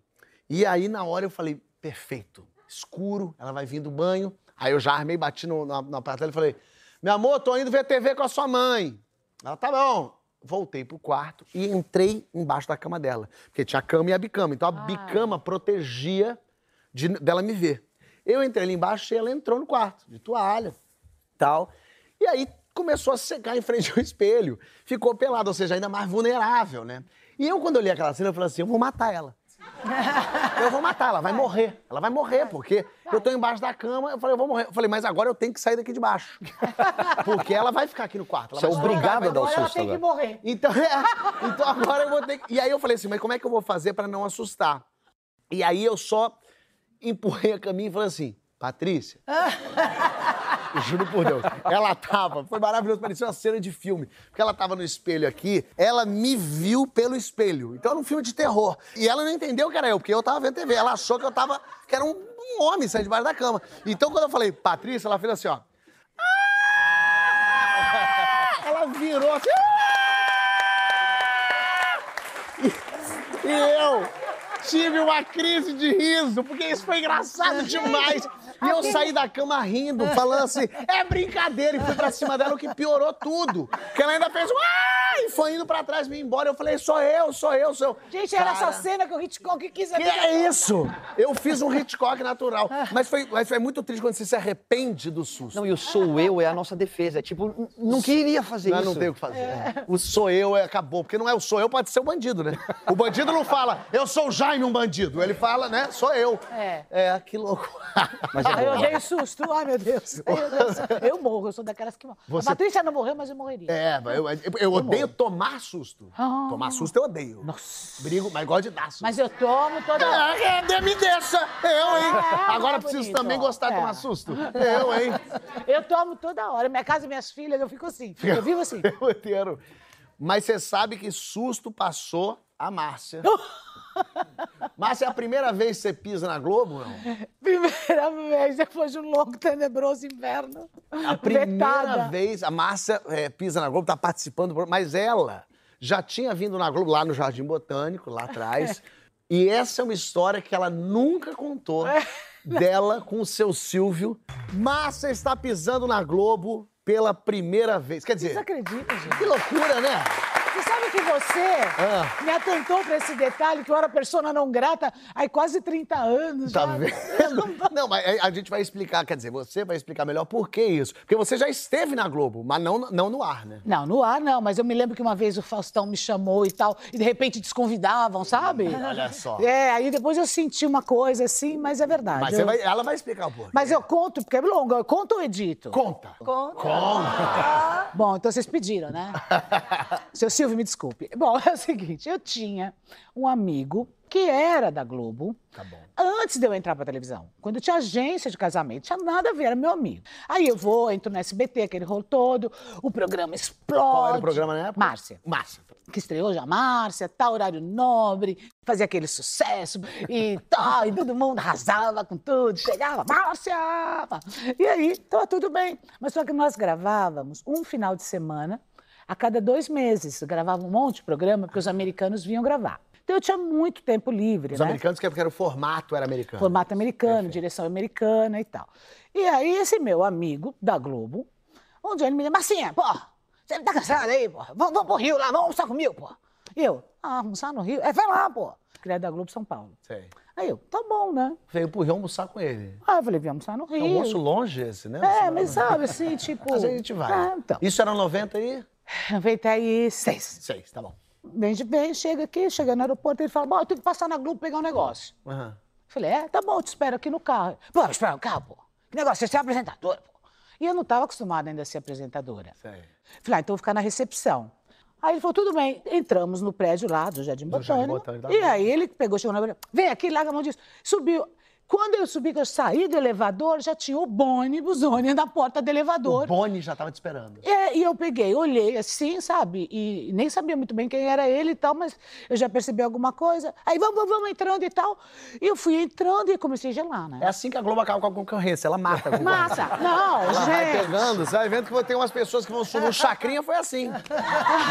Speaker 1: E aí, na hora, eu falei, perfeito, escuro, ela vai vir do banho. Aí eu já armei, bati no, na, na parte dela e falei, meu amor, tô indo ver TV com a sua mãe. Ela, tá bom. Voltei pro quarto e entrei embaixo da cama dela. Porque tinha a cama e a bicama. Então a bicama protegia de- dela me ver. Eu entrei ali embaixo e ela entrou no quarto, de toalha, tal. E aí começou a secar em frente ao espelho. Ficou pelada, ou seja, ainda mais vulnerável, né? E eu, quando eu li aquela cena, eu falei assim, eu vou matar ela. Eu vou matar, ela vai morrer. Ela vai morrer, porque eu tô embaixo da cama, eu falei, eu vou morrer. Eu falei, mas agora eu tenho que sair daqui de baixo. Porque ela vai ficar aqui no quarto. Ela
Speaker 5: Você é
Speaker 1: vai
Speaker 5: obrigado
Speaker 1: escorregar, vai
Speaker 5: a dar o
Speaker 4: Agora ela
Speaker 5: susto
Speaker 4: tem que
Speaker 5: agora.
Speaker 4: morrer.
Speaker 1: então, é, então agora eu vou ter que. E aí eu falei assim, mas como é que eu vou fazer pra não assustar? E aí eu só empurrei a caminha e falei assim, Patrícia. Juro por Deus. Ela tava, foi maravilhoso, parecia uma cena de filme. Porque ela tava no espelho aqui, ela me viu pelo espelho. Então era um filme de terror. E ela não entendeu que era eu, porque eu tava vendo TV. Ela achou que eu tava. que era um, um homem saindo debaixo da cama. Então quando eu falei, Patrícia, ela fez assim, ó. Ela virou assim. E eu tive uma crise de riso, porque isso foi engraçado demais. E eu saí da cama rindo, falando assim, é brincadeira, e fui pra cima dela, o que piorou tudo. Que ela ainda fez, "Ah!" e foi indo pra trás, me embora. Eu falei, sou eu, sou eu, sou eu.
Speaker 4: Gente, era essa
Speaker 1: Cara,
Speaker 4: cena que o Hitchcock quis
Speaker 1: que é isso? Eu fiz um Hitchcock natural. Mas foi, mas foi muito triste quando você se arrepende do susto.
Speaker 5: Não, e o sou eu é a nossa defesa. É tipo, n- não queria fazer
Speaker 1: Mas
Speaker 5: isso.
Speaker 1: Ah, tá. não tem o que fazer. O sou eu é- acabou, porque não é o sou eu, pode ser o bandido, né? O bandido não fala, eu sou o Jaime, um bandido. Ele fala, né? Sou eu.
Speaker 4: É.
Speaker 1: É, que louco.
Speaker 5: Mas
Speaker 4: Ai,
Speaker 5: é
Speaker 4: Ah, eu
Speaker 5: bom.
Speaker 4: dei um susto. Ai, meu Deus. Ai, meu Deus. Eu morro, eu sou daquelas que morrem.
Speaker 1: Você-
Speaker 4: A Patrícia não morreu, mas eu morreria.
Speaker 1: É, eu, eu- eu odeio tomar susto.
Speaker 4: Ah.
Speaker 1: Tomar susto eu odeio.
Speaker 4: Nossa.
Speaker 1: Brigo, mas gosto de dar susto.
Speaker 4: Mas eu tomo toda hora.
Speaker 1: Ah, é, de- me deixa! Eu, hein?
Speaker 4: Ah,
Speaker 1: Agora
Speaker 4: tá
Speaker 1: preciso
Speaker 4: bonito,
Speaker 1: também
Speaker 4: ó.
Speaker 1: gostar de
Speaker 4: É.
Speaker 1: tomar susto. Eu, hein?
Speaker 4: Eu tomo toda hora. Minha casa, minhas filhas, eu fico assim. Eu vivo assim.
Speaker 1: Eu inteiro. Mas você sabe que susto passou a Márcia. Márcia, é a primeira vez que você pisa na Globo, não?
Speaker 4: Primeira vez, depois de um longo, tenebroso inverno.
Speaker 1: A primeira
Speaker 4: Vetada.
Speaker 1: vez, a Márcia eh, pisa na Globo, tá participando, do programa, mas ela já tinha vindo na Globo, lá no Jardim Botânico, lá atrás. e essa é uma história que ela nunca contou
Speaker 4: É.
Speaker 1: dela com o seu Silvio. Márcia está pisando na Globo pela primeira vez. Quer
Speaker 4: Você
Speaker 1: dizer,
Speaker 4: acredita, gente?
Speaker 1: que loucura, né?
Speaker 4: Você sabe que você
Speaker 1: Ah.
Speaker 4: me atentou pra esse detalhe que eu era persona não grata há quase 30 anos.
Speaker 1: Tá
Speaker 4: já.
Speaker 1: vendo? Não, mas a gente vai explicar, quer dizer, você vai explicar melhor por que isso. Porque você já esteve na Globo, mas não, não no ar, né?
Speaker 4: Não, no ar não, mas eu me lembro que uma vez o Faustão me chamou e tal, e de repente desconvidavam, sabe?
Speaker 1: Olha só.
Speaker 4: É, aí depois eu senti uma coisa assim, mas é verdade.
Speaker 1: Mas
Speaker 4: eu...
Speaker 1: você vai- ela vai explicar o porquê.
Speaker 4: Mas eu conto, porque é longo, eu conto ou edito?
Speaker 1: Conta.
Speaker 2: Conta.
Speaker 1: Conta.
Speaker 4: Bom, então vocês pediram, né? Seu
Speaker 6: Silvio, me desculpe. Bom, é o seguinte, eu tinha um amigo que era da Globo.
Speaker 1: Tá bom.
Speaker 6: Antes de eu entrar pra televisão, quando eu tinha agência de casamento, tinha nada a ver, era meu amigo. Aí eu vou, entro no SBT, aquele rolo todo, o programa explode.
Speaker 1: Qual era o programa na época?
Speaker 6: Márcia
Speaker 1: Márcia.
Speaker 6: que estreou já Márcia, tal, horário nobre, fazia aquele sucesso e tal, e todo mundo arrasava com tudo, chegava, Márcia! pá. E aí, estava tudo bem. Mas só que nós gravávamos um final de semana a cada dois meses. Eu gravava um monte de programa, porque os americanos vinham gravar. Então eu tinha muito tempo livre,
Speaker 1: Os
Speaker 6: né?
Speaker 1: americanos, que é porque era o formato era americano.
Speaker 6: Formato americano,
Speaker 1: Tá, Perfeito.
Speaker 6: direção americana e tal. E aí, esse meu amigo da Globo, um dia ele me disse, Marcinha, porra, você tá cansada aí, porra? Vamos, vamos pro Rio lá, vamos almoçar comigo, porra. E eu, ah, almoçar no Rio? É, vai lá, porra. Porque ele é da Globo São Paulo.
Speaker 1: Sei.
Speaker 6: Aí eu, tá bom, né?
Speaker 1: Veio pro Rio almoçar com ele.
Speaker 6: Aí eu falei, vem almoçar no
Speaker 1: É
Speaker 6: Rio.
Speaker 1: um almoço longe esse, né?
Speaker 6: É, mas sabe, assim, tipo...
Speaker 1: Mas a gente vai.
Speaker 6: Ah, então.
Speaker 1: Isso era 90 e...
Speaker 6: Aproveita aí, seis.
Speaker 1: Seis, tá bom.
Speaker 6: Vem, vem, chega aqui, chega no aeroporto, ele fala, bom, eu tenho que passar na Globo pegar um negócio.
Speaker 1: Aham.
Speaker 6: Falei, é, tá bom, eu te espero aqui no carro. Pô, eu espero no carro, pô. Que negócio, você é apresentadora, pô. E eu não estava acostumada ainda a ser apresentadora.
Speaker 1: Sei.
Speaker 6: Falei, ah, então eu vou ficar na recepção. Aí ele falou, tudo bem. Entramos no prédio lá do Jardim
Speaker 1: Do Jardim
Speaker 6: Botânico.
Speaker 1: Botânico, tá
Speaker 6: e
Speaker 1: bom.
Speaker 6: aí ele pegou, chegou na beira, vem aqui, larga a mão disso. Subiu. Quando eu subi, que eu saí do elevador, já tinha o Boni Buzoni na porta do
Speaker 1: O
Speaker 6: elevador.
Speaker 1: Boni já tava te esperando.
Speaker 6: É, e eu peguei, olhei assim, sabe? E nem sabia muito bem quem era ele e tal, mas eu já percebi alguma coisa. Aí vamos, vamos, vamos entrando e tal. E eu fui entrando e comecei a gelar, né?
Speaker 1: É assim que a Globo acaba com a concorrência, ela mata a concorrência.
Speaker 6: Massa! Não,
Speaker 1: É Ela vai
Speaker 6: gente!
Speaker 1: Tá pegando, você vai vendo que tem umas pessoas que vão subir. O Chacrinha foi assim.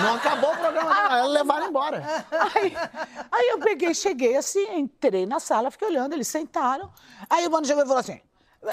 Speaker 1: Não acabou o programa, não. Ela levaram embora.
Speaker 6: Aí, aí eu peguei, cheguei assim, entrei na sala, fiquei olhando, eles sentaram. Aí o mano chegou e falou assim: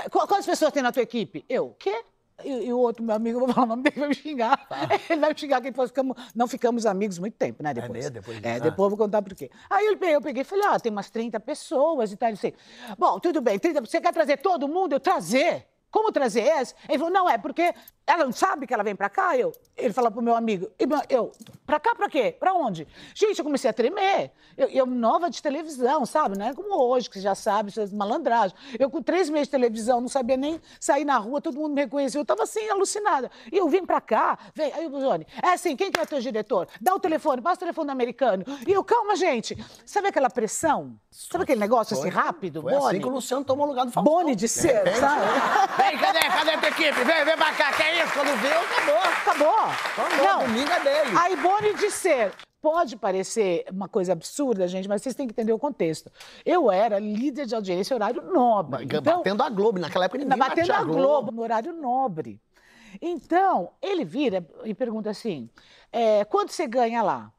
Speaker 6: "Qu- quantas pessoas tem na tua equipe? Eu, quê? E, e o outro meu amigo, eu vou falar o nome dele, vai me xingar. Ele vai me xingar, que depois ficamos, não ficamos amigos muito tempo, né? Depois.
Speaker 1: né? Depois disso.
Speaker 6: É,
Speaker 1: Ah.
Speaker 6: depois eu vou contar por quê. Aí eu peguei, eu peguei e falei, ah, tem umas 30 pessoas e tal. Ele disse, bom, tudo bem, 30, você quer trazer todo mundo? Eu trazer. Como trazer essa? Ele falou, não, é porque ela não sabe que ela vem pra cá? Eu, ele falou pro meu amigo, e meu- eu, pra cá pra quê? Pra onde? Gente, eu comecei a tremer. Eu, eu nova de televisão, sabe? Não é como hoje, que você já sabe, essas malandragens. Eu com três meses de televisão, não sabia nem sair na rua, todo mundo me reconheceu. Eu tava assim, alucinada. E eu vim pra cá, vem, aí o Buzoni, é assim, quem que é o teu diretor? Dá o telefone, passa o telefone do americano. E eu, calma, gente. Sabe aquela pressão? Sabe aquele negócio assim, rápido?
Speaker 1: Foi assim
Speaker 6: Boni?
Speaker 1: que o Luciano tomou o lugar do Faustão.
Speaker 6: Boni de ser, sabe?
Speaker 1: Vem, cadê, cadê a tua equipe? Vem, vem pra cá. Que é isso? Quando viu, acabou.
Speaker 6: Acabou.
Speaker 1: Acabou, domingo é dele.
Speaker 6: Aí, Boni de ser. Pode parecer uma coisa absurda, gente, mas vocês têm que entender o contexto. Eu era líder de audiência em horário nobre. Então,
Speaker 1: batendo a Globo. Naquela época ninguém
Speaker 6: batendo
Speaker 1: batia
Speaker 6: a Globo, no horário nobre. Então, ele vira e pergunta assim: é, quanto você ganha lá?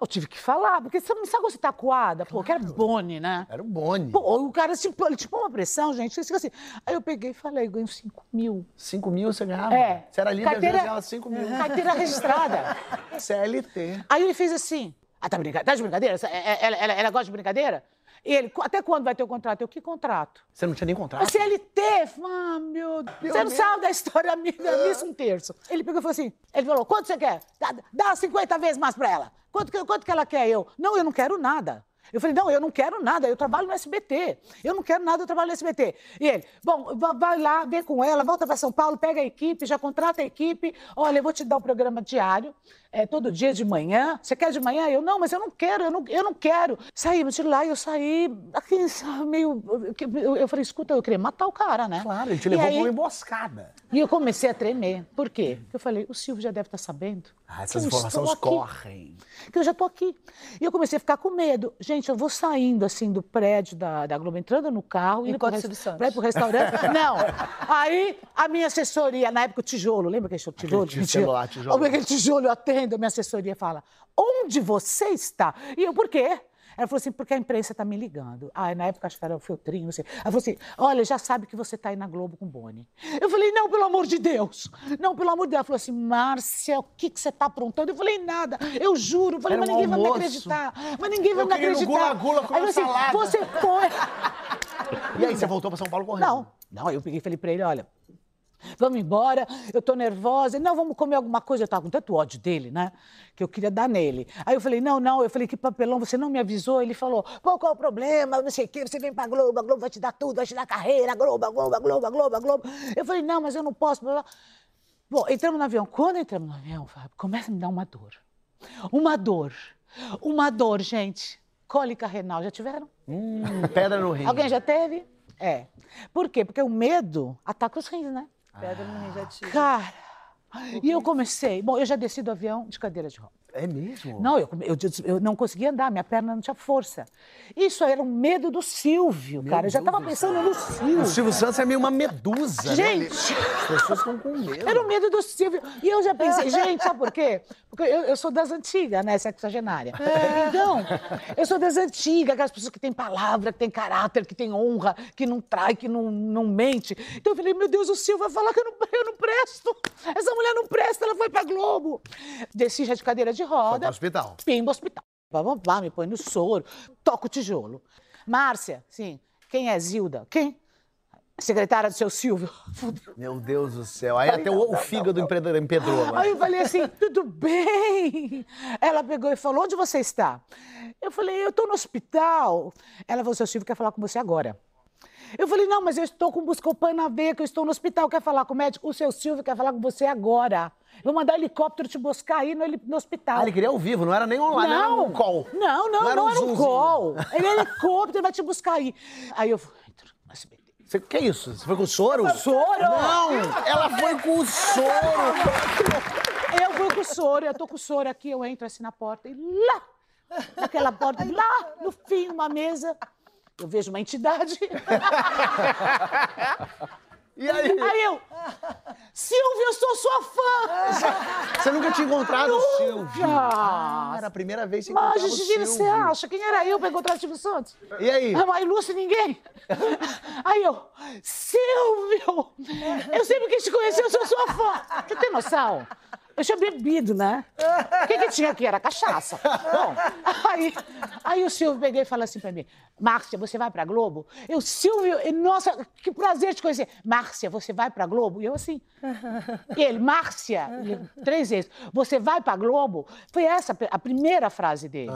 Speaker 6: Eu tive que falar, porque sabe, sabe quando você tá coada? Pô, que era Boni, né?
Speaker 1: Era o Boni.
Speaker 6: Pô, o cara, tipo, ele tipo uma pressão, gente, que fica assim. Aí eu peguei e falei, ganho 5 mil.
Speaker 1: 5 mil você ganhava.
Speaker 6: É.
Speaker 1: Você era líder,
Speaker 6: Carteira- Uhum.
Speaker 1: às vezes ganhava 5 mil.
Speaker 6: Carteira registrada.
Speaker 1: CLT.
Speaker 6: Aí ele fez assim: Ah, tá, brinca... tá de brincadeira? Essa- é- é- Ela, ela- ela gosta de brincadeira? E ele, "Qu- até quando vai ter o contrato? Eu, que contrato?
Speaker 1: Você não tinha nem contrato.
Speaker 6: A CLT, ah, meu Deus. Você não sabe da história da minha, da missa um terço. Ele pegou e falou assim: ele falou: quanto você quer? Dá, dá 50 vezes mais pra ela. Quanto, que- quanto que ela quer? Eu, não, eu não quero nada. Eu falei, não, eu não quero nada, eu trabalho no SBT. Eu não quero nada, eu trabalho no SBT. E ele, bom, va- vai lá, vem com ela, volta pra São Paulo, pega a equipe, já contrata a equipe. Olha, eu vou te dar o programa diário, é, todo dia de manhã. Você quer de manhã? Eu, não, mas eu não quero, eu não, eu não quero. Saímos de lá e eu saí, assim, sabe, meio. Eu, eu falei, escuta, eu queria matar o cara, né?
Speaker 1: Claro, ele te
Speaker 6: E
Speaker 1: levou
Speaker 6: aí-
Speaker 1: pra uma emboscada.
Speaker 6: e eu comecei a tremer. Por quê? Porque eu falei, o Silvio já deve estar sabendo.
Speaker 1: Ah, essas
Speaker 6: que eu
Speaker 1: informações
Speaker 6: estou aqui,
Speaker 1: correm.
Speaker 6: Que eu já estou aqui. E eu comecei a ficar com medo. Gente, eu vou saindo assim do prédio da, da Globo, entrando no carro, indo
Speaker 2: Enquanto
Speaker 6: pro
Speaker 2: Silvio
Speaker 6: res-
Speaker 2: Santos.
Speaker 6: pra ir pro restaurante. Não. Aí a minha assessoria, na época o tijolo, lembra que aquele tijolo?
Speaker 1: Aquele celular, tijolo.
Speaker 6: Como é que aquele tijolo eu atendo, a minha assessoria fala: onde você está? E eu, por quê? Ela falou assim, porque a imprensa está me ligando. Ah, na época acho que era o Feltrinho, não sei. Ela falou assim, olha, já sabe que você está aí na Globo com o Boni. Eu falei, não, pelo amor de Deus. Não, pelo amor de Deus. Ela falou assim, Márcia, o que, que você está aprontando? Eu falei, nada. Eu juro. Eu falei,
Speaker 1: Era
Speaker 6: mas
Speaker 1: um
Speaker 6: ninguém vai me
Speaker 1: almoço.
Speaker 6: acreditar. Mas ninguém vai
Speaker 1: Eu
Speaker 6: me
Speaker 1: queria ir no Gula
Speaker 6: acreditar.
Speaker 1: Gula comer
Speaker 6: Aí eu falei assim,
Speaker 1: salada.
Speaker 6: Você foi...
Speaker 1: E aí, você voltou pra São Paulo correndo?
Speaker 6: Não, não, eu peguei e falei pra ele, olha, vamos embora, eu tô nervosa, Ele, não, vamos comer alguma coisa, eu tava com tanto ódio dele, né, que eu queria dar nele. Aí eu falei, não, não, eu falei, que papelão, você não me avisou? Ele falou, pô, qual é o problema, não sei o quê, você vem pra Globo, a Globo vai te dar tudo, vai te dar carreira, Globo, a Globo, a Globo, a Globo, a Globo. Eu falei, não, mas eu não posso, blá, blá. Bom, entramos no avião. Quando entramos no avião, Fábio, começa a me dar uma dor.
Speaker 4: Uma dor. Uma dor, gente. Cólica renal. Já tiveram?
Speaker 1: Hum, pedra no rim.
Speaker 4: Alguém já teve? É. Por quê? Porque o medo ataca os rins, né?
Speaker 2: Pedra no rim já tive.
Speaker 4: Cara. E eu comecei. Bom, eu já desci do avião de cadeira de rodas.
Speaker 1: É mesmo?
Speaker 4: Não, eu, eu- eu não conseguia andar, minha perna não tinha força. Isso era um medo do Silvio, cara. Eu já
Speaker 1: Deus
Speaker 4: estava
Speaker 1: do
Speaker 4: pensando no
Speaker 1: O
Speaker 4: Silvio.
Speaker 1: Silvio Santos é meio uma medusa, né?
Speaker 4: Gente!
Speaker 1: As pessoas ficam com medo.
Speaker 4: Era o medo do Silvio. E eu já pensei, gente, sabe por quê? Porque eu, eu sou das antigas, né, sexagenária.
Speaker 1: É.
Speaker 4: Então, eu sou das antigas, aquelas pessoas que têm palavra, que têm caráter, que têm honra, que não trai, que não, não mente. Então eu falei, meu Deus, o Silvio vai falar que eu não, eu não presto. Essa mulher não presta, ela foi pra Globo. Desci já de cadeira de
Speaker 1: Foi pro
Speaker 4: roda,
Speaker 1: hospital.
Speaker 4: pimba hospital. Vá, vá, vá, me põe no soro, toca o tijolo. Márcia, sim, quem é Zilda? Quem? Secretária do seu Silvio.
Speaker 1: Meu Deus do céu. Aí até o, o fígado empedrado- empedrou agora.
Speaker 4: Aí eu falei assim, tudo bem? Ela pegou e falou, onde você está? Eu falei, eu estou no hospital. Ela falou, seu Silvio quer falar com você agora. Eu falei, não, mas eu estou com Buscopan na veia, que eu estou no hospital, quer falar com o médico? O seu Silvio quer falar com você agora. Vou mandar helicóptero te buscar aí no, heli- no hospital.
Speaker 1: Ah, ele queria ao vivo, não era nem online, não. era um call.
Speaker 4: Não, não, não era um,
Speaker 1: zoomzinho.
Speaker 4: call. Ele é helicóptero, ele vai te buscar aí. Aí eu falei, entro no SBT.
Speaker 1: Você, que é isso? Você foi com o soro?
Speaker 4: Soro?
Speaker 1: Não! Ela foi com o soro!
Speaker 4: Eu vou com o soro, eu tô com o soro aqui, eu entro assim na porta e lá, naquela porta, lá no fim, uma mesa, eu vejo uma entidade.
Speaker 1: E aí?
Speaker 4: Aí eu, Silvio, eu sou sua fã!
Speaker 1: Você nunca tinha encontrado o Silvio? Ah,
Speaker 4: Cara,
Speaker 1: era a primeira vez que você
Speaker 4: Mas,
Speaker 1: encontrava o
Speaker 4: Gigi,
Speaker 1: Silvio.
Speaker 4: você acha? Quem era eu pra encontrar o Silvio Santos?
Speaker 1: E aí?
Speaker 4: Ah, mas Lúcia, ninguém. Aí eu, Silvio, eu sempre quis te conhecer, eu sou sua fã. Você tem noção? Eu tinha bebido, né? O que, que tinha aqui? Era cachaça. Bom, aí, aí o Silvio peguei e falou assim pra mim, Márcia, você vai pra Globo? Eu, Silvio, e, nossa, que prazer te conhecer. Márcia, você vai pra Globo? E eu assim, e ele, Márcia, ele, três vezes, você vai pra Globo? Foi essa a primeira frase dele.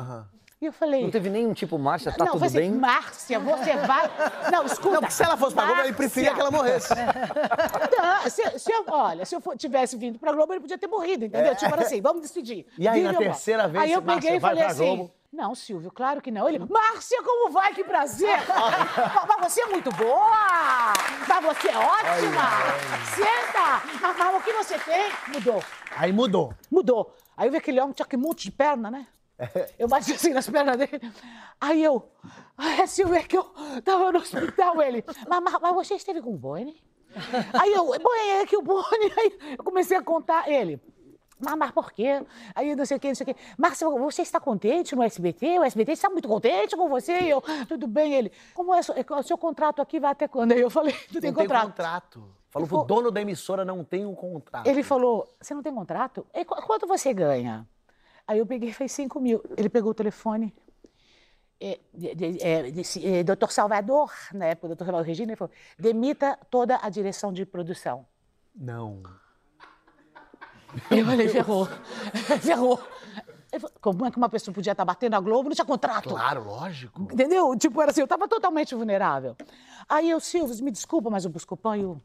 Speaker 4: E eu falei...
Speaker 5: Não teve nenhum tipo, Márcia, tá
Speaker 4: não,
Speaker 5: tudo
Speaker 4: vai ser,
Speaker 5: bem?
Speaker 4: Márcia, você vai. Não, escuta.
Speaker 1: Não, porque se ela fosse pra Globo, ele preferia que ela morresse.
Speaker 4: É. Não, se, se eu, olha, se eu fo- tivesse vindo pra Globo, ele podia ter morrido, entendeu? Tipo era assim, vamos decidir.
Speaker 1: É. E aí,
Speaker 4: Vive
Speaker 1: na
Speaker 4: ou morre?
Speaker 1: terceira vez,
Speaker 4: aí eu
Speaker 1: Márcia,
Speaker 4: peguei e
Speaker 1: vai
Speaker 4: falei
Speaker 1: pra
Speaker 4: assim.
Speaker 1: Globo?
Speaker 4: Não, Silvio, claro que não. Ele, Márcia, como vai? Que prazer! Mas- Mas você é muito boa! Mas você é ótima! Senta! Mas, mas o que você tem? Mudou.
Speaker 1: Aí mudou.
Speaker 4: Mudou. Aí eu vi aquele homem, tinha que monte de perna, né? Eu bati assim nas pernas dele. Aí eu, "Ah, é Silvio, é que eu tava no hospital, ele. Mas, mas- mas você esteve com o Boni? Aí eu, Boni, é que o Boni. Aí eu comecei a contar ele. Mas, mas por quê? Aí não sei o quê, não sei o quê. Márcia, você está contente no SBT? O SBT está muito contente com você? E eu, tudo bem, ele. Como é o seu- o seu contrato aqui vai até quando? Aí eu falei, não tem
Speaker 1: não tem
Speaker 4: contrato.
Speaker 1: contrato. Falou pro
Speaker 4: Ficou-
Speaker 1: dono da emissora, não tem um contrato.
Speaker 4: Ele falou: Você não tem contrato? E qu- quanto você ganha? Aí eu peguei e falei: 5 mil. Ele pegou o telefone. É, de- de- é, desse- é, Dr. Salvador, na época, Dr. Salvador Regina, ele falou: demita toda a direção de produção.
Speaker 1: Não.
Speaker 4: Eu falei: ferrou, ferrou. Ele falou, Como é que uma pessoa podia estar batendo a Globo e não tinha contrato?
Speaker 1: Claro, lógico.
Speaker 4: Entendeu? Tipo, era assim, eu tava totalmente vulnerável. Aí eu, Silvio, me desculpa, mas o Buscopan e o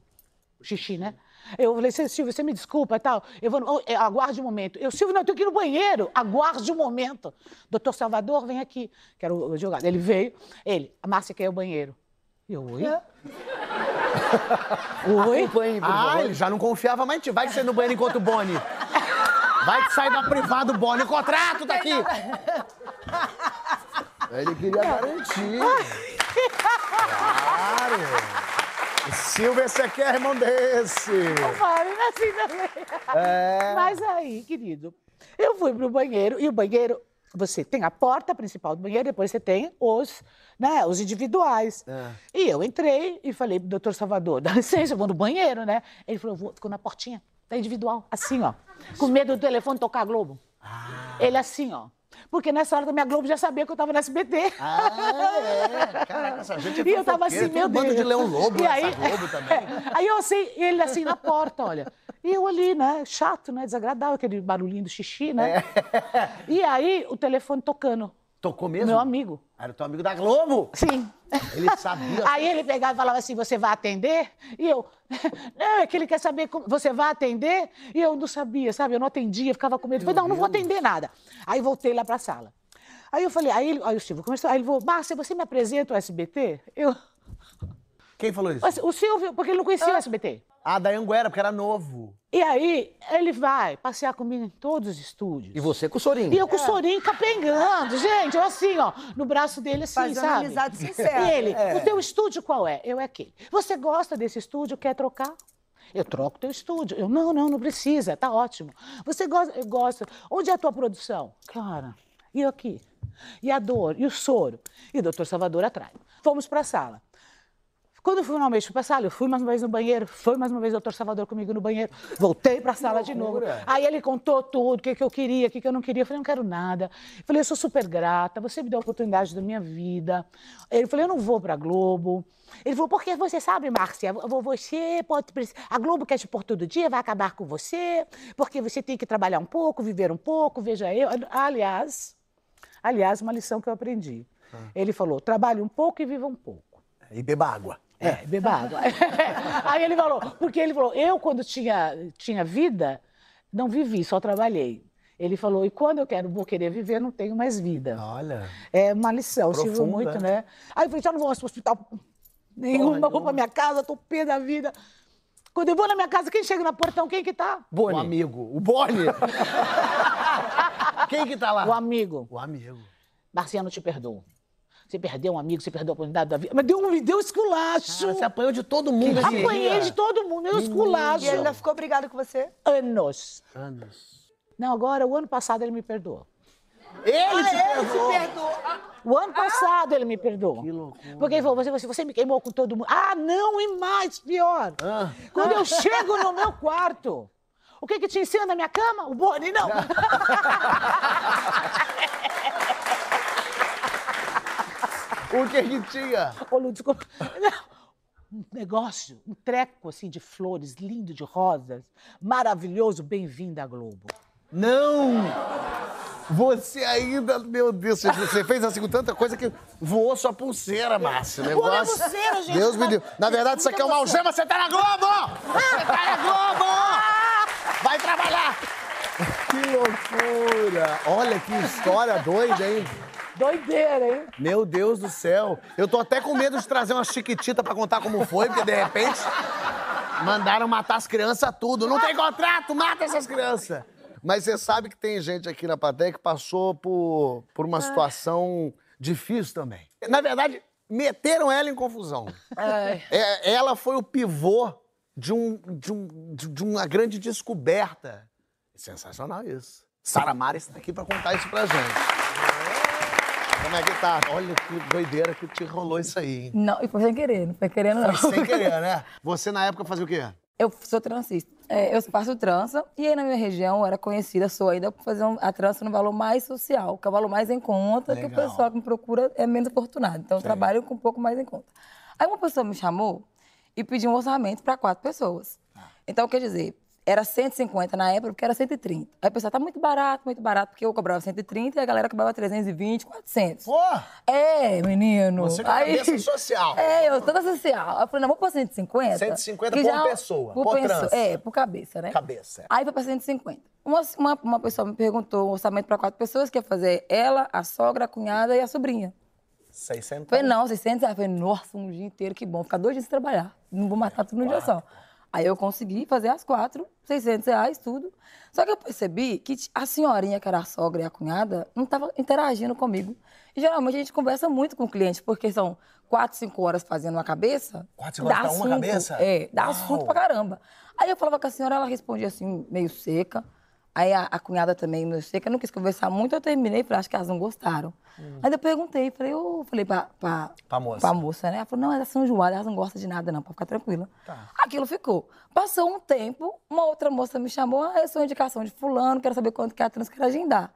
Speaker 4: xixi, né? Eu falei, "Seu Silvio, você me desculpa e tal. Eu vou, no- oh, é, aguarde um momento. Eu, Silvio, não, eu tenho que ir no banheiro. Aguarde um momento. Doutor Salvador, vem aqui. Que era o o advogado. Ele veio. Ele, a Márcia quer ir ao banheiro. E eu, oi? oi?
Speaker 5: Acompanhe, por
Speaker 1: Ah,
Speaker 5: favor.
Speaker 1: ele já não confiava mais em ti. Vai que você é no banheiro enquanto o Boni. Vai que sai da privada o Boni. O contrato tá aqui. Ele queria garantir. Claro. Silvio, esse aqui é irmão desse.
Speaker 4: Eu falei, "Não é assim também.
Speaker 1: É.
Speaker 4: Mas aí, querido, eu fui pro banheiro e o banheiro, você tem a porta principal do banheiro, depois você tem os, né, os individuais.
Speaker 1: É.
Speaker 4: E eu entrei e falei, doutor Salvador, dá licença, eu vou no banheiro, né? Ele falou, eu vou, ficou na portinha da individual, assim, ó, com medo do telefone tocar a Globo.
Speaker 1: Ah.
Speaker 4: Ele assim, ó. Porque nessa hora também a Globo já sabia que eu tava no SBT.
Speaker 1: Ah, é. Caraca, essa gente é
Speaker 4: E eu tava
Speaker 1: fofoqueira.
Speaker 4: assim,
Speaker 1: Tem
Speaker 4: meu
Speaker 1: um
Speaker 4: Deus.
Speaker 1: bando de leão lobo
Speaker 4: E
Speaker 1: nessa Globo também.
Speaker 4: é, aí eu assim, ele assim na porta, olha. E eu ali, né?
Speaker 1: É.
Speaker 4: Chato, né? Desagradável, aquele barulhinho do xixi, né? E aí o telefone tocando.
Speaker 1: Tocou mesmo?
Speaker 4: Meu amigo.
Speaker 1: Era teu amigo da Globo.
Speaker 4: Sim.
Speaker 1: Ele sabia.
Speaker 4: Aí ele pegava e falava assim: Você vai atender? E eu, não, é que ele quer saber, como- você vai atender? E eu não sabia, sabe? Eu não atendia, ficava com medo. Falei: Não, não vou atender nada. Aí voltei lá pra sala. Aí eu falei: Aí, ele, aí o Silvio começou, aí ele falou: Márcia, você me apresenta o SBT? Eu,
Speaker 1: Quem falou isso?
Speaker 4: mas o Silvio, porque ele não conhecia o SBT.
Speaker 1: Ah, da Anguera, porque era novo.
Speaker 4: E aí ele vai passear comigo em todos os estúdios.
Speaker 5: E você com o Sorinho.
Speaker 4: E eu com o
Speaker 2: Ah.
Speaker 4: Sorinho capengando, gente, eu assim, ó, no braço dele, assim,
Speaker 2: Fazendo
Speaker 4: sabe?
Speaker 2: amizade sincera.
Speaker 4: E ele, o teu estúdio qual é? Eu é aquele. Você gosta desse estúdio, quer trocar? Eu troco teu estúdio. Eu, não, não, não precisa, tá ótimo. Você gosta, eu gosto. Onde é a tua produção? Cara, e eu aqui? E a dor, e o soro. E o doutor Salvador atrás. Fomos pra sala. Quando eu fui finalmente pra sala, eu fui mais uma vez no banheiro, foi mais uma vez o doutor Salvador comigo no banheiro, voltei pra sala de novo. Aí ele contou tudo, o que, que eu queria, o que, que eu não queria. Eu falei, não quero nada. Eu falei, eu sou super grata, você me deu a oportunidade da minha vida. Ele falou, eu não vou pra Globo. Ele falou, porque você sabe, Márcia, vo- você pode. precis- A Globo quer te pôr todo dia, vai acabar com você, porque você tem que trabalhar um pouco, viver um pouco, veja eu. Aliás, aliás, uma lição que eu aprendi. Ele falou, trabalhe um pouco e viva um pouco.
Speaker 1: E beba água.
Speaker 4: É, beba água. Aí ele falou, porque ele falou, eu quando tinha, tinha vida, não vivi, só trabalhei. Ele falou, e quando eu quero, vou querer viver, não tenho mais vida.
Speaker 1: Olha.
Speaker 4: É uma lição, serviu
Speaker 1: Profunda,
Speaker 4: muito, né? Aí eu falei, já não vou mais pro hospital nenhuma, vou pra minha casa, tô pé da vida. Quando eu vou na minha casa, quem chega na portão, quem que tá?
Speaker 1: O
Speaker 5: Boni.
Speaker 1: amigo. O Boni. Quem que tá lá?
Speaker 4: O amigo.
Speaker 1: O amigo.
Speaker 4: Marciano, te perdoa. Você perdeu um amigo, você perdeu a oportunidade da vida. Mas deu, me deu esculacho.
Speaker 1: Cara, é você apanhou de todo mundo. esse
Speaker 4: Apanhei
Speaker 1: dia.
Speaker 4: de todo mundo, deu esculacho.
Speaker 2: E ele ainda ficou brigado com você?
Speaker 4: Anos.
Speaker 1: Anos.
Speaker 4: Não, agora, o ano passado ele me perdoou.
Speaker 1: Ele te
Speaker 2: Ele
Speaker 1: perdoou.
Speaker 2: te perdoa.
Speaker 4: O ano passado ele me perdoou. Que loucura. Porque ele falou, você, você, você me queimou com todo mundo. Ah, não, e mais, pior.
Speaker 1: Ah.
Speaker 4: Quando eu chego no meu quarto, o que que tinha em cima da minha cama? O Boni, não.
Speaker 1: O que que tinha?
Speaker 4: Ô, Lu, desculpa. Não. Um negócio, um treco assim de flores, lindo de rosas, maravilhoso, bem-vindo à Globo.
Speaker 1: Não! Você ainda, meu Deus, você- você fez assim com tanta coisa que voou sua pulseira, Márcio. O negócio.
Speaker 4: minha pulseira, gente,
Speaker 1: Deus me
Speaker 4: tá-
Speaker 1: livre. Na verdade, isso aqui é uma algema, você tá na Globo! Você tá na Globo! Vai trabalhar! Que loucura! Olha que história doida, hein?
Speaker 4: Doideira, hein?
Speaker 1: Meu Deus do céu. Eu tô até com medo de trazer uma chiquitita pra contar como foi, porque de repente mandaram matar as crianças tudo. Não tem contrato, mata essas crianças. Mas você sabe que tem gente aqui na plateia que passou por, por uma situação difícil também. Na verdade, meteram ela em confusão. É, ela foi o pivô de, um, de, um, de- de uma grande descoberta. Sensacional isso. Sara Mara está aqui pra contar isso pra gente. Como é que tá? Olha que doideira que te rolou isso aí, hein?
Speaker 7: Não, e foi sem querer, não foi querendo, não.
Speaker 1: Foi sem querer, né? Você na época fazia o quê?
Speaker 7: Eu sou transista. É, eu faço trança e aí na minha região eu era conhecida, sou ainda por fazer um- a trança no valor mais social, que é o valor mais em conta, que o
Speaker 1: Legal.
Speaker 7: pessoal que me procura é menos oportunado. Então eu trabalho com um pouco mais em conta. Aí uma pessoa me chamou e pediu um orçamento para quatro pessoas. Então, quer dizer, era 150 na época, porque era 130. Aí o pessoal, tá muito barato, muito barato, porque eu cobrava 130 e a galera cobrava 320, 400.
Speaker 1: Pô,
Speaker 7: É, menino.
Speaker 1: Você com a cabeça social.
Speaker 7: É, eu toda social. Aí Eu falei, não, vou pra 150.
Speaker 1: 150
Speaker 7: que
Speaker 1: por pessoa, por trança.
Speaker 7: É, por cabeça, né?
Speaker 1: cabeça.
Speaker 7: Aí foi pra 150. Uma, uma, uma pessoa me perguntou um orçamento pra quatro pessoas, que ia fazer ela, a sogra, a cunhada e a sobrinha.
Speaker 1: 600.
Speaker 7: Eu
Speaker 8: um.
Speaker 1: um.
Speaker 7: falei, não, 600 reais. Eu falei, nossa, um dia inteiro, que bom. Ficar dois dias sem trabalhar. Não vou matar tudo num dia só. Aí eu consegui fazer as quatro, 600 reais, tudo. Só que eu percebi que t- a senhorinha, que era a sogra e a cunhada, não estava interagindo comigo. E geralmente a gente conversa muito com o cliente, porque são quatro, cinco horas fazendo uma cabeça.
Speaker 1: Quatro, cinco horas
Speaker 7: dá
Speaker 1: pra uma
Speaker 7: assunto,
Speaker 1: cabeça?
Speaker 7: É, dá
Speaker 1: Uau.
Speaker 7: assunto pra caramba. Aí eu falava com a senhora, ela respondia assim, meio seca. Aí a, a cunhada também, meio seca, não quis conversar muito, eu terminei e falei, acho que elas não gostaram. Aí eu perguntei, falei, eu falei pra, pra,
Speaker 1: Hum. Pra moça.
Speaker 7: pra moça, né? Ela falou, não, elas são enjoadas, elas não gostam de nada, não, pra ficar tranquila.
Speaker 1: Tá.
Speaker 7: Aquilo ficou. Passou um tempo, uma outra moça me chamou, ah, eu sou indicação de fulano, quero saber quanto que é a trans, quero agendar.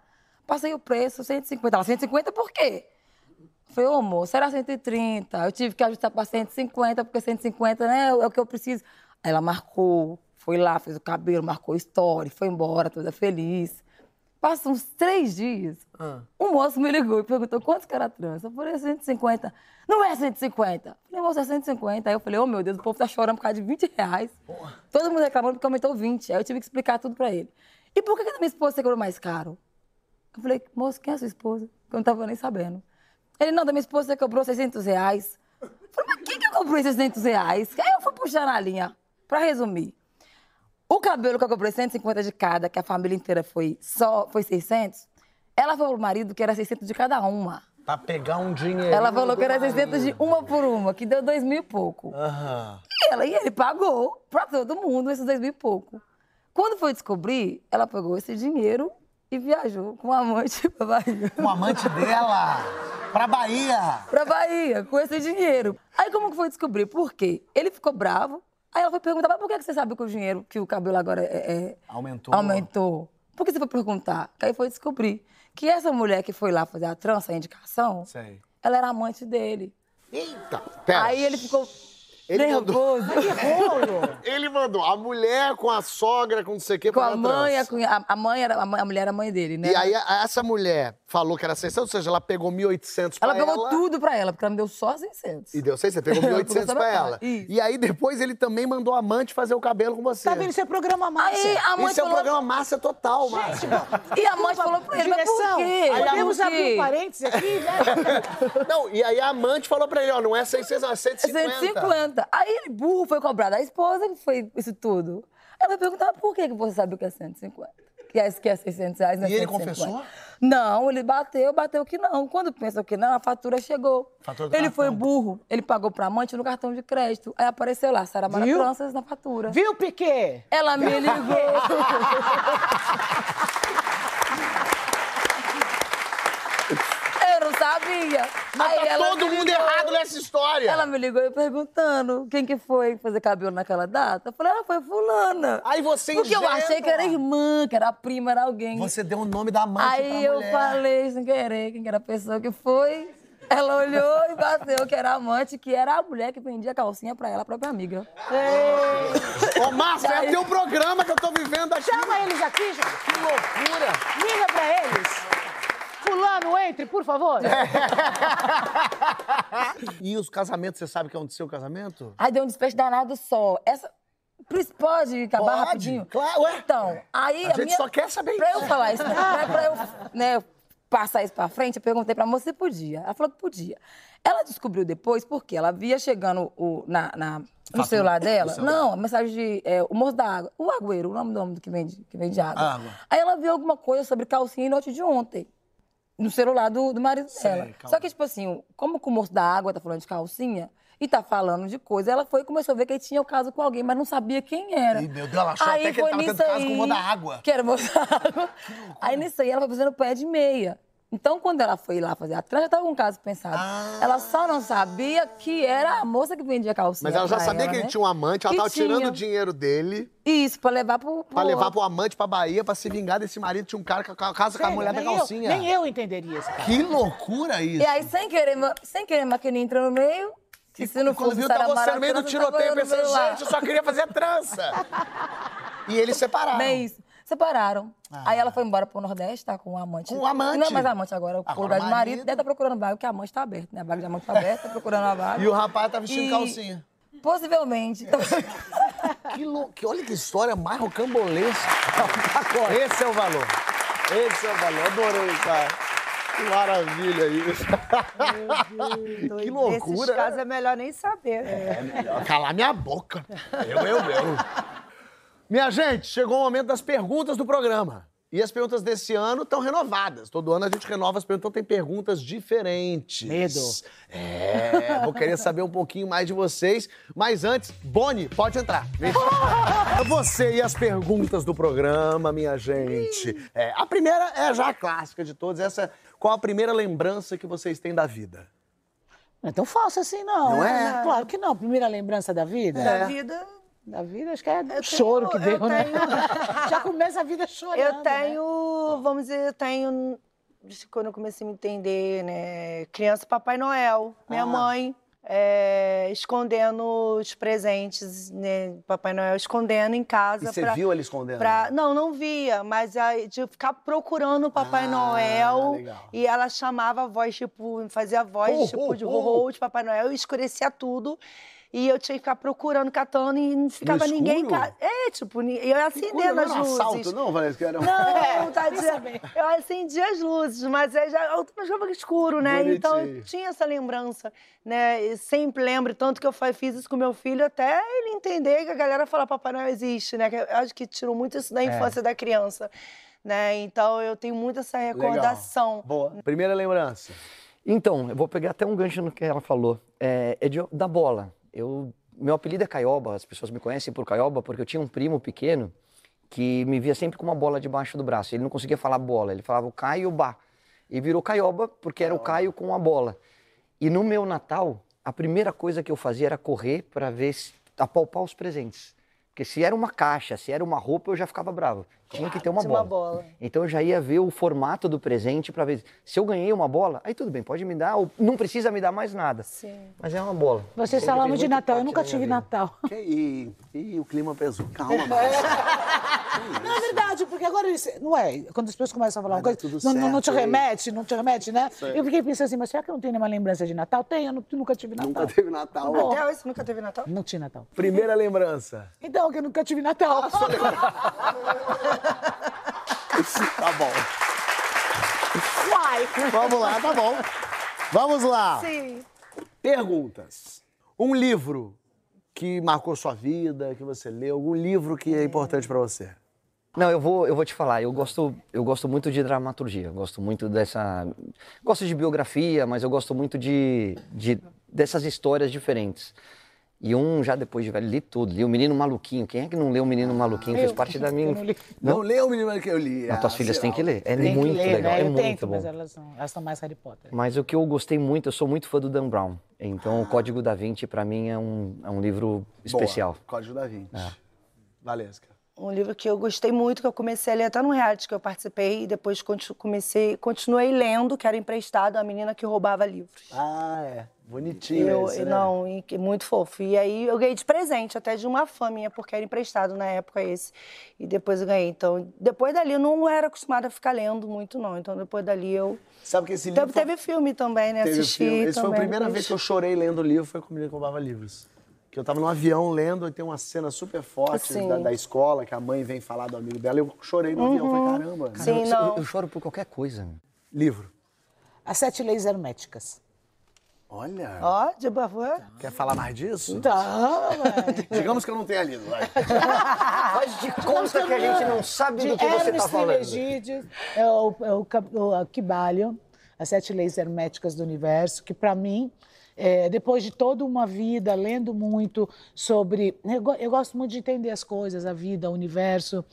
Speaker 7: Passei o preço, 150. Ela, 150 por quê? Falei, ô moço, era 130. Eu tive que ajustar para 150, porque 150, né, é o que eu preciso. Aí ela marcou, foi lá, fez o cabelo, marcou o story, foi embora, toda feliz. Passam uns três dias, um moço me ligou e perguntou quantos que era trans. Eu falei, "É 150. Não é 150. Eu falei, moço, é 150. Aí eu falei, oh meu Deus, o povo tá chorando por causa de 20 reais. Todo mundo reclamando porque aumentou 20. Aí eu tive que explicar tudo pra ele. E por que, que a minha esposa segurou mais caro? Eu falei, moço, quem é a sua esposa? Que eu não tava nem sabendo. Ele, não, da minha esposa você cobrou 600 reais. Eu falei, mas quem que eu comprei 600 reais? Aí eu fui puxar na linha, pra resumir. O cabelo que eu comprei 150 de cada, que a família inteira foi só, foi 600, ela falou pro marido que era 600 de cada uma.
Speaker 8: Pra pegar um dinheiro.
Speaker 7: Ela falou que era 600 de uma por uma, que deu dois mil e pouco.
Speaker 8: Aham.
Speaker 7: E, ela, e ele pagou pra todo mundo esses dois mil e pouco. Quando foi descobrir, ela pegou esse dinheiro e viajou com a amante pra Bahia.
Speaker 8: Com o Um amante dela. Pra Bahia.
Speaker 7: pra Bahia com esse dinheiro. Aí como que foi descobrir? Por quê? Ele ficou bravo. Aí ela foi perguntar, mas por que que você sabe que o dinheiro, que o cabelo agora é, é-
Speaker 8: Aumentou.
Speaker 7: aumentou? Por que você foi perguntar? Aí foi descobrir que essa mulher que foi lá fazer a trança, a indicação,
Speaker 8: Sei.
Speaker 7: ela era amante dele.
Speaker 1: Eita, pera.
Speaker 7: Aí ele ficou
Speaker 1: Ele mandou,
Speaker 7: nervoso.
Speaker 1: ele mandou a mulher com a sogra, com não sei o quê.
Speaker 7: Com
Speaker 1: pra
Speaker 7: a mãe, a,
Speaker 1: dança.
Speaker 7: cunha- a mãe era, a, mãe- a mulher era a mãe dele, né?
Speaker 1: E aí, a- essa mulher falou que era 600, ou seja, ela pegou 1.800 pra
Speaker 7: ela
Speaker 1: ela.
Speaker 7: pegou tudo pra ela, porque ela me deu só 600.
Speaker 1: E deu 600, pegou
Speaker 7: Ela
Speaker 1: 1.800
Speaker 7: pegou só
Speaker 1: pra
Speaker 7: pra
Speaker 1: ela.
Speaker 7: ela, isso.
Speaker 1: E aí, depois, ele também mandou a amante fazer o cabelo com você.
Speaker 4: Tá vendo? Isso é programa massa.
Speaker 7: Aí a mãe
Speaker 1: Isso é um
Speaker 7: falou,
Speaker 1: programa massa total, Márcia.
Speaker 7: e a mãe falou pra ele, mas por
Speaker 4: Direção,
Speaker 7: quê?
Speaker 4: podemos
Speaker 7: Por
Speaker 4: abrir um
Speaker 7: quê?
Speaker 4: parênteses aqui, né?
Speaker 1: Não, e aí a amante falou pra ele, ó, não é 600, não, é 150.
Speaker 7: 150. Aí ele, burro, foi cobrado. A esposa que foi isso tudo. Ela vai perguntar por que que você sabe o que é 150? Que é, que é 600 reais, não é
Speaker 8: E ele
Speaker 7: 150.
Speaker 8: confessou?
Speaker 7: Não, ele bateu, bateu que não. Quando pensou que não, a fatura chegou.
Speaker 8: Fatura do
Speaker 7: ele
Speaker 8: cartão.
Speaker 7: foi burro. Ele pagou pra amante no cartão de crédito. Aí apareceu lá, Sara Mara
Speaker 4: Viu?
Speaker 7: Franças na fatura.
Speaker 4: Viu, Piquet?
Speaker 7: Ela me ligou. Eu não sabia.
Speaker 1: Mas
Speaker 7: Aí
Speaker 1: tá
Speaker 7: ela
Speaker 1: todo
Speaker 7: me
Speaker 1: mundo
Speaker 7: ligou.
Speaker 1: errado
Speaker 8: né?
Speaker 1: nessa história.
Speaker 7: Ela me ligou e perguntando quem que foi fazer cabelo naquela data. Eu falei, ah, foi fulana.
Speaker 1: Aí você
Speaker 7: Porque eu
Speaker 1: ingênua.
Speaker 7: achei que era irmã, que era prima, era alguém.
Speaker 8: Você deu o nome da amante pra
Speaker 7: Aí eu
Speaker 8: mulher.
Speaker 7: falei sem querer quem que era a pessoa que foi. Ela olhou e bateu que era a amante, que era a mulher que vendia calcinha pra ela, a própria amiga.
Speaker 1: Ô, Márcia, é o teu programa que eu tô vivendo aqui.
Speaker 4: Chama eles aqui, gente. Que loucura. Liga pra eles. Fulano, entre, por favor.
Speaker 8: E os casamentos, você sabe o que aconteceu o casamento?
Speaker 7: Aí deu um despecho danado só. Essa. Pris, pode acabar
Speaker 8: Pode,
Speaker 7: rapidinho?
Speaker 8: claro, ué.
Speaker 7: Então, aí a,
Speaker 1: gente
Speaker 7: minha...
Speaker 1: só quer saber
Speaker 7: Pra
Speaker 1: isso.
Speaker 7: eu falar isso, pra, pra eu né, passar isso pra frente, eu perguntei pra moça se podia. Ela falou que podia. Ela descobriu depois porque ela via chegando o, na, na- no celular dela. Não, a mensagem de é, o moço da água. O agüero, o nome do homem que vende, que vende
Speaker 1: Ah,
Speaker 7: água.
Speaker 8: Água.
Speaker 7: Aí ela viu alguma coisa sobre calcinha e noite de ontem no celular do, do marido dela. Só que, tipo assim, como que o moço da água tá falando de calcinha e tá falando de coisa, ela foi e começou a ver que ele tinha o caso com alguém, mas não sabia quem era.
Speaker 8: Ih, meu Deus, ela achou
Speaker 7: aí
Speaker 8: até que ele
Speaker 7: foi
Speaker 8: tava tendo
Speaker 7: nisso
Speaker 8: caso com o moço da
Speaker 7: aí,
Speaker 8: água.
Speaker 7: Que era o moço da água. Aí nisso aí ela foi fazendo pé de meia. Então, quando ela foi lá fazer a trans, já tava com um caso pensado.
Speaker 8: Ah.
Speaker 7: Ela só não sabia que era a moça que vendia calcinha.
Speaker 1: Mas ela já
Speaker 7: pra
Speaker 1: sabia
Speaker 7: ela,
Speaker 1: que ele
Speaker 7: né?
Speaker 1: tinha um amante, ela
Speaker 7: Que
Speaker 1: tava tirando
Speaker 7: tinha.
Speaker 1: o dinheiro dele
Speaker 7: Isso, pra levar pro.
Speaker 1: pra levar pro amante pra Bahia pra se vingar desse marido. Tinha um cara que ca- casa com a
Speaker 4: Sério,
Speaker 1: mulher da
Speaker 4: nem
Speaker 1: calcinha.
Speaker 4: Eu, nem eu entenderia isso.
Speaker 8: Que loucura isso.
Speaker 7: E aí, sem querer, ma- sem querer, a maquininha entrou no meio. E, se não
Speaker 1: Quando
Speaker 7: fosse
Speaker 1: viu,
Speaker 7: Sara
Speaker 1: tava você
Speaker 7: Mara
Speaker 1: no meio do
Speaker 7: França, tava eu
Speaker 1: tiroteio
Speaker 7: no
Speaker 1: pensando,
Speaker 7: celular.
Speaker 1: gente, eu só queria fazer trança. e eles separaram.
Speaker 7: Bem isso. Separaram. Aí ela foi embora pro Nordeste, tá com o amante.
Speaker 1: Ah. Com o amante?
Speaker 7: Não é mais amante agora, é o
Speaker 1: Agora
Speaker 7: lugar de marido.
Speaker 1: marido.
Speaker 7: Deve estar procurando vaga, porque a amante tá aberta, né? A vaga de amante tá aberta, tá procurando a vaga.
Speaker 1: E o rapaz tá vestindo
Speaker 7: E-
Speaker 1: calcinha.
Speaker 7: Possivelmente. então,
Speaker 8: Que louco. que- Olha que história mais rocambolesca. Esse é o valor.
Speaker 1: Esse é o valor, adorei, cara. Que maravilha isso. que
Speaker 2: Esses
Speaker 1: loucura.
Speaker 2: casos é melhor nem saber.
Speaker 1: Calar minha boca. Eu, eu, eu.
Speaker 8: Minha gente, chegou o momento das perguntas do programa.
Speaker 1: E as perguntas desse ano estão renovadas. Todo ano a gente renova as perguntas, então tem perguntas diferentes.
Speaker 4: Medo.
Speaker 1: É, vou querer saber um pouquinho mais de vocês. Mas antes, Boni, pode entrar. Vem. Você e as perguntas do programa, minha gente. É, a primeira é já a clássica de todas. Essa, qual a primeira lembrança que vocês têm da vida?
Speaker 4: Não é tão falso assim, não.
Speaker 1: Não é?
Speaker 4: Claro que não. Primeira lembrança da vida.
Speaker 2: Da vida,
Speaker 4: Da vida, acho que é o choro que
Speaker 2: É. eu
Speaker 4: deu, né?
Speaker 2: tenho-
Speaker 4: Já começa a vida chorando.
Speaker 2: eu
Speaker 4: né?
Speaker 2: tenho, vamos dizer, eu
Speaker 9: Ah.
Speaker 2: tenho, desde quando eu comecei a me entender, né? Criança Papai Noel, minha mãe. é, escondendo os presentes, né, Papai Noel escondendo em
Speaker 9: E
Speaker 2: casa.
Speaker 9: você
Speaker 2: pra-
Speaker 9: viu ele escondendo?
Speaker 2: pra- Não, não via, mas aí de ficar procurando o Papai
Speaker 9: Ah,
Speaker 2: Noel.
Speaker 9: legal.
Speaker 2: E ela chamava a voz, tipo, fazia a voz,
Speaker 9: Ho,
Speaker 2: tipo,
Speaker 9: ho,
Speaker 2: de
Speaker 9: ho.
Speaker 2: horror de Papai Noel, e escurecia tudo. E eu tinha que ficar procurando, catando, e não ficava ninguém em
Speaker 9: escuro?
Speaker 2: casa. É, tipo, ni- eu
Speaker 9: Escuro,
Speaker 2: acendendo
Speaker 9: não
Speaker 2: as
Speaker 9: era um
Speaker 2: luzes.
Speaker 9: assalto, não, Valência? que Era um...
Speaker 2: Não, tadinha. Eu acendi as luzes, mas aí já é eu também jogava escuro, né? Então eu
Speaker 9: Bonitinho.
Speaker 2: tinha essa lembrança, né? E sempre lembro, tanto que eu fa- fiz isso com meu filho até ele entender que a galera fala Papai Noel existe, né? Que eu acho que tirou muito isso da infância da criança, né? Então eu tenho muito essa recordação.
Speaker 9: Boa. Primeira lembrança.
Speaker 5: Então, eu vou pegar até um gancho no que ela falou. É, é de- da bola. Eu, meu apelido é Caioba, as pessoas me conhecem por Caioba porque eu tinha um primo pequeno que me via sempre com uma bola debaixo do braço. Ele não conseguia falar bola, ele falava o Caioba. E virou Caioba porque era o Caio com a bola. E no meu Natal, a primeira coisa que eu fazia era correr para ver, se, apalpar os presentes. Porque se era uma caixa, se era uma roupa, eu já ficava bravo. Tinha que ter uma
Speaker 2: Tinha uma
Speaker 5: bola.
Speaker 2: bola.
Speaker 5: Então eu já ia ver o formato do presente para ver se eu ganhei uma bola, aí tudo bem, pode me dar, ou não precisa me dar mais nada.
Speaker 2: Sim.
Speaker 5: Mas é uma bola.
Speaker 4: Vocês falaram de Natal, eu
Speaker 5: né,
Speaker 4: nunca tive Natal.
Speaker 9: Que- E, e o clima pesou. Calma, Márcia.
Speaker 4: Não é verdade, porque agora eles. Não é, quando as pessoas começam a falar uma
Speaker 9: Vai dar
Speaker 4: coisa,
Speaker 9: tudo
Speaker 4: não, não- não te
Speaker 9: certo,
Speaker 4: remete, não te remete, né? Eu fiquei pensando assim, mas será que eu não tenho nenhuma lembrança de Natal? Tenho, eu nu- nunca tive Natal.
Speaker 9: Nunca teve Natal.
Speaker 2: Até hoje você nunca teve Natal?
Speaker 4: Não tinha Natal.
Speaker 9: Primeira lembrança.
Speaker 4: Então, que eu nunca tive Natal.
Speaker 9: Tá bom.
Speaker 4: Uai!
Speaker 9: Vamos lá, tá bom. Vamos lá.
Speaker 2: Sim.
Speaker 9: Perguntas. Um livro que marcou sua vida, que você leu, algum livro que é importante pra você.
Speaker 5: Não, eu vou, eu vou te falar, eu gosto, eu gosto muito de dramaturgia, eu gosto muito dessa. Gosto de biografia, mas eu gosto muito de, de- dessas histórias diferentes. E um, já depois de velho, li tudo, li O Menino Maluquinho. Quem é que não leu O Menino Maluquinho? Fez parte da minha.
Speaker 4: Eu não li.
Speaker 9: Não, leu o menino que eu li.
Speaker 5: Não, tuas
Speaker 9: Ah,
Speaker 5: filhas
Speaker 9: sei
Speaker 5: têm
Speaker 9: lá.
Speaker 5: que ler. É
Speaker 4: Tem que
Speaker 5: muito
Speaker 4: ler,
Speaker 5: legal,
Speaker 4: né?
Speaker 5: é
Speaker 4: eu
Speaker 5: muito
Speaker 4: tento,
Speaker 5: bom.
Speaker 4: mas elas são, elas são mais Harry Potter.
Speaker 5: Mas o que eu gostei muito, eu sou muito fã do Dan Brown. Então, o Código da Vinci, pra mim, é um, é um livro
Speaker 9: Boa.
Speaker 5: especial. É.
Speaker 9: Código da Vinci. Valesca.
Speaker 2: um livro que eu gostei muito, que eu comecei a ler até num reality que eu participei, e depois conti- comecei, continuei lendo, que era emprestado a menina que roubava livros.
Speaker 9: Ah, é. Bonitinho
Speaker 2: Eu,
Speaker 9: esse, né?
Speaker 2: Não, e que- muito fofo. E aí eu ganhei de presente, até de uma fã minha, porque era emprestado na época esse. E depois eu ganhei. Então, depois dali eu não era acostumada a ficar lendo muito, não. Então, depois dali eu.
Speaker 9: Sabe que esse livro
Speaker 2: Teve, teve filme também, né?
Speaker 9: Teve
Speaker 2: Assisti.
Speaker 9: filme. Esse foi a
Speaker 2: também
Speaker 9: primeira
Speaker 2: depois.
Speaker 9: vez que eu chorei lendo livro, foi comigo que eu roubava livros. Que eu tava num avião lendo e tem uma cena super forte
Speaker 2: Sim.
Speaker 9: da, da escola, que a mãe vem falar do amigo dela. e Eu chorei no avião,
Speaker 2: Uhum.
Speaker 9: falei, caramba. né?"
Speaker 5: Cara,
Speaker 2: Sim,
Speaker 5: eu,
Speaker 2: não.
Speaker 5: eu- eu choro por qualquer coisa. meu.
Speaker 9: Livro.
Speaker 4: As sete leis herméticas.
Speaker 9: Olha.
Speaker 2: Ó, de favor.
Speaker 9: Quer falar mais disso?
Speaker 4: Então,
Speaker 5: Tá.
Speaker 9: Digamos que eu não tenha lido, vai.
Speaker 5: Faz de conta que a gente não sabe
Speaker 4: Ah, de
Speaker 5: do que você
Speaker 4: Hermes
Speaker 5: tá falando.
Speaker 4: Trismegistes, é o, é o, cap- o, a Kybalion, as sete leis herméticas do universo, que para mim, é, depois de toda uma vida lendo muito sobre, eu, go- eu gosto muito de entender as coisas, a vida, o universo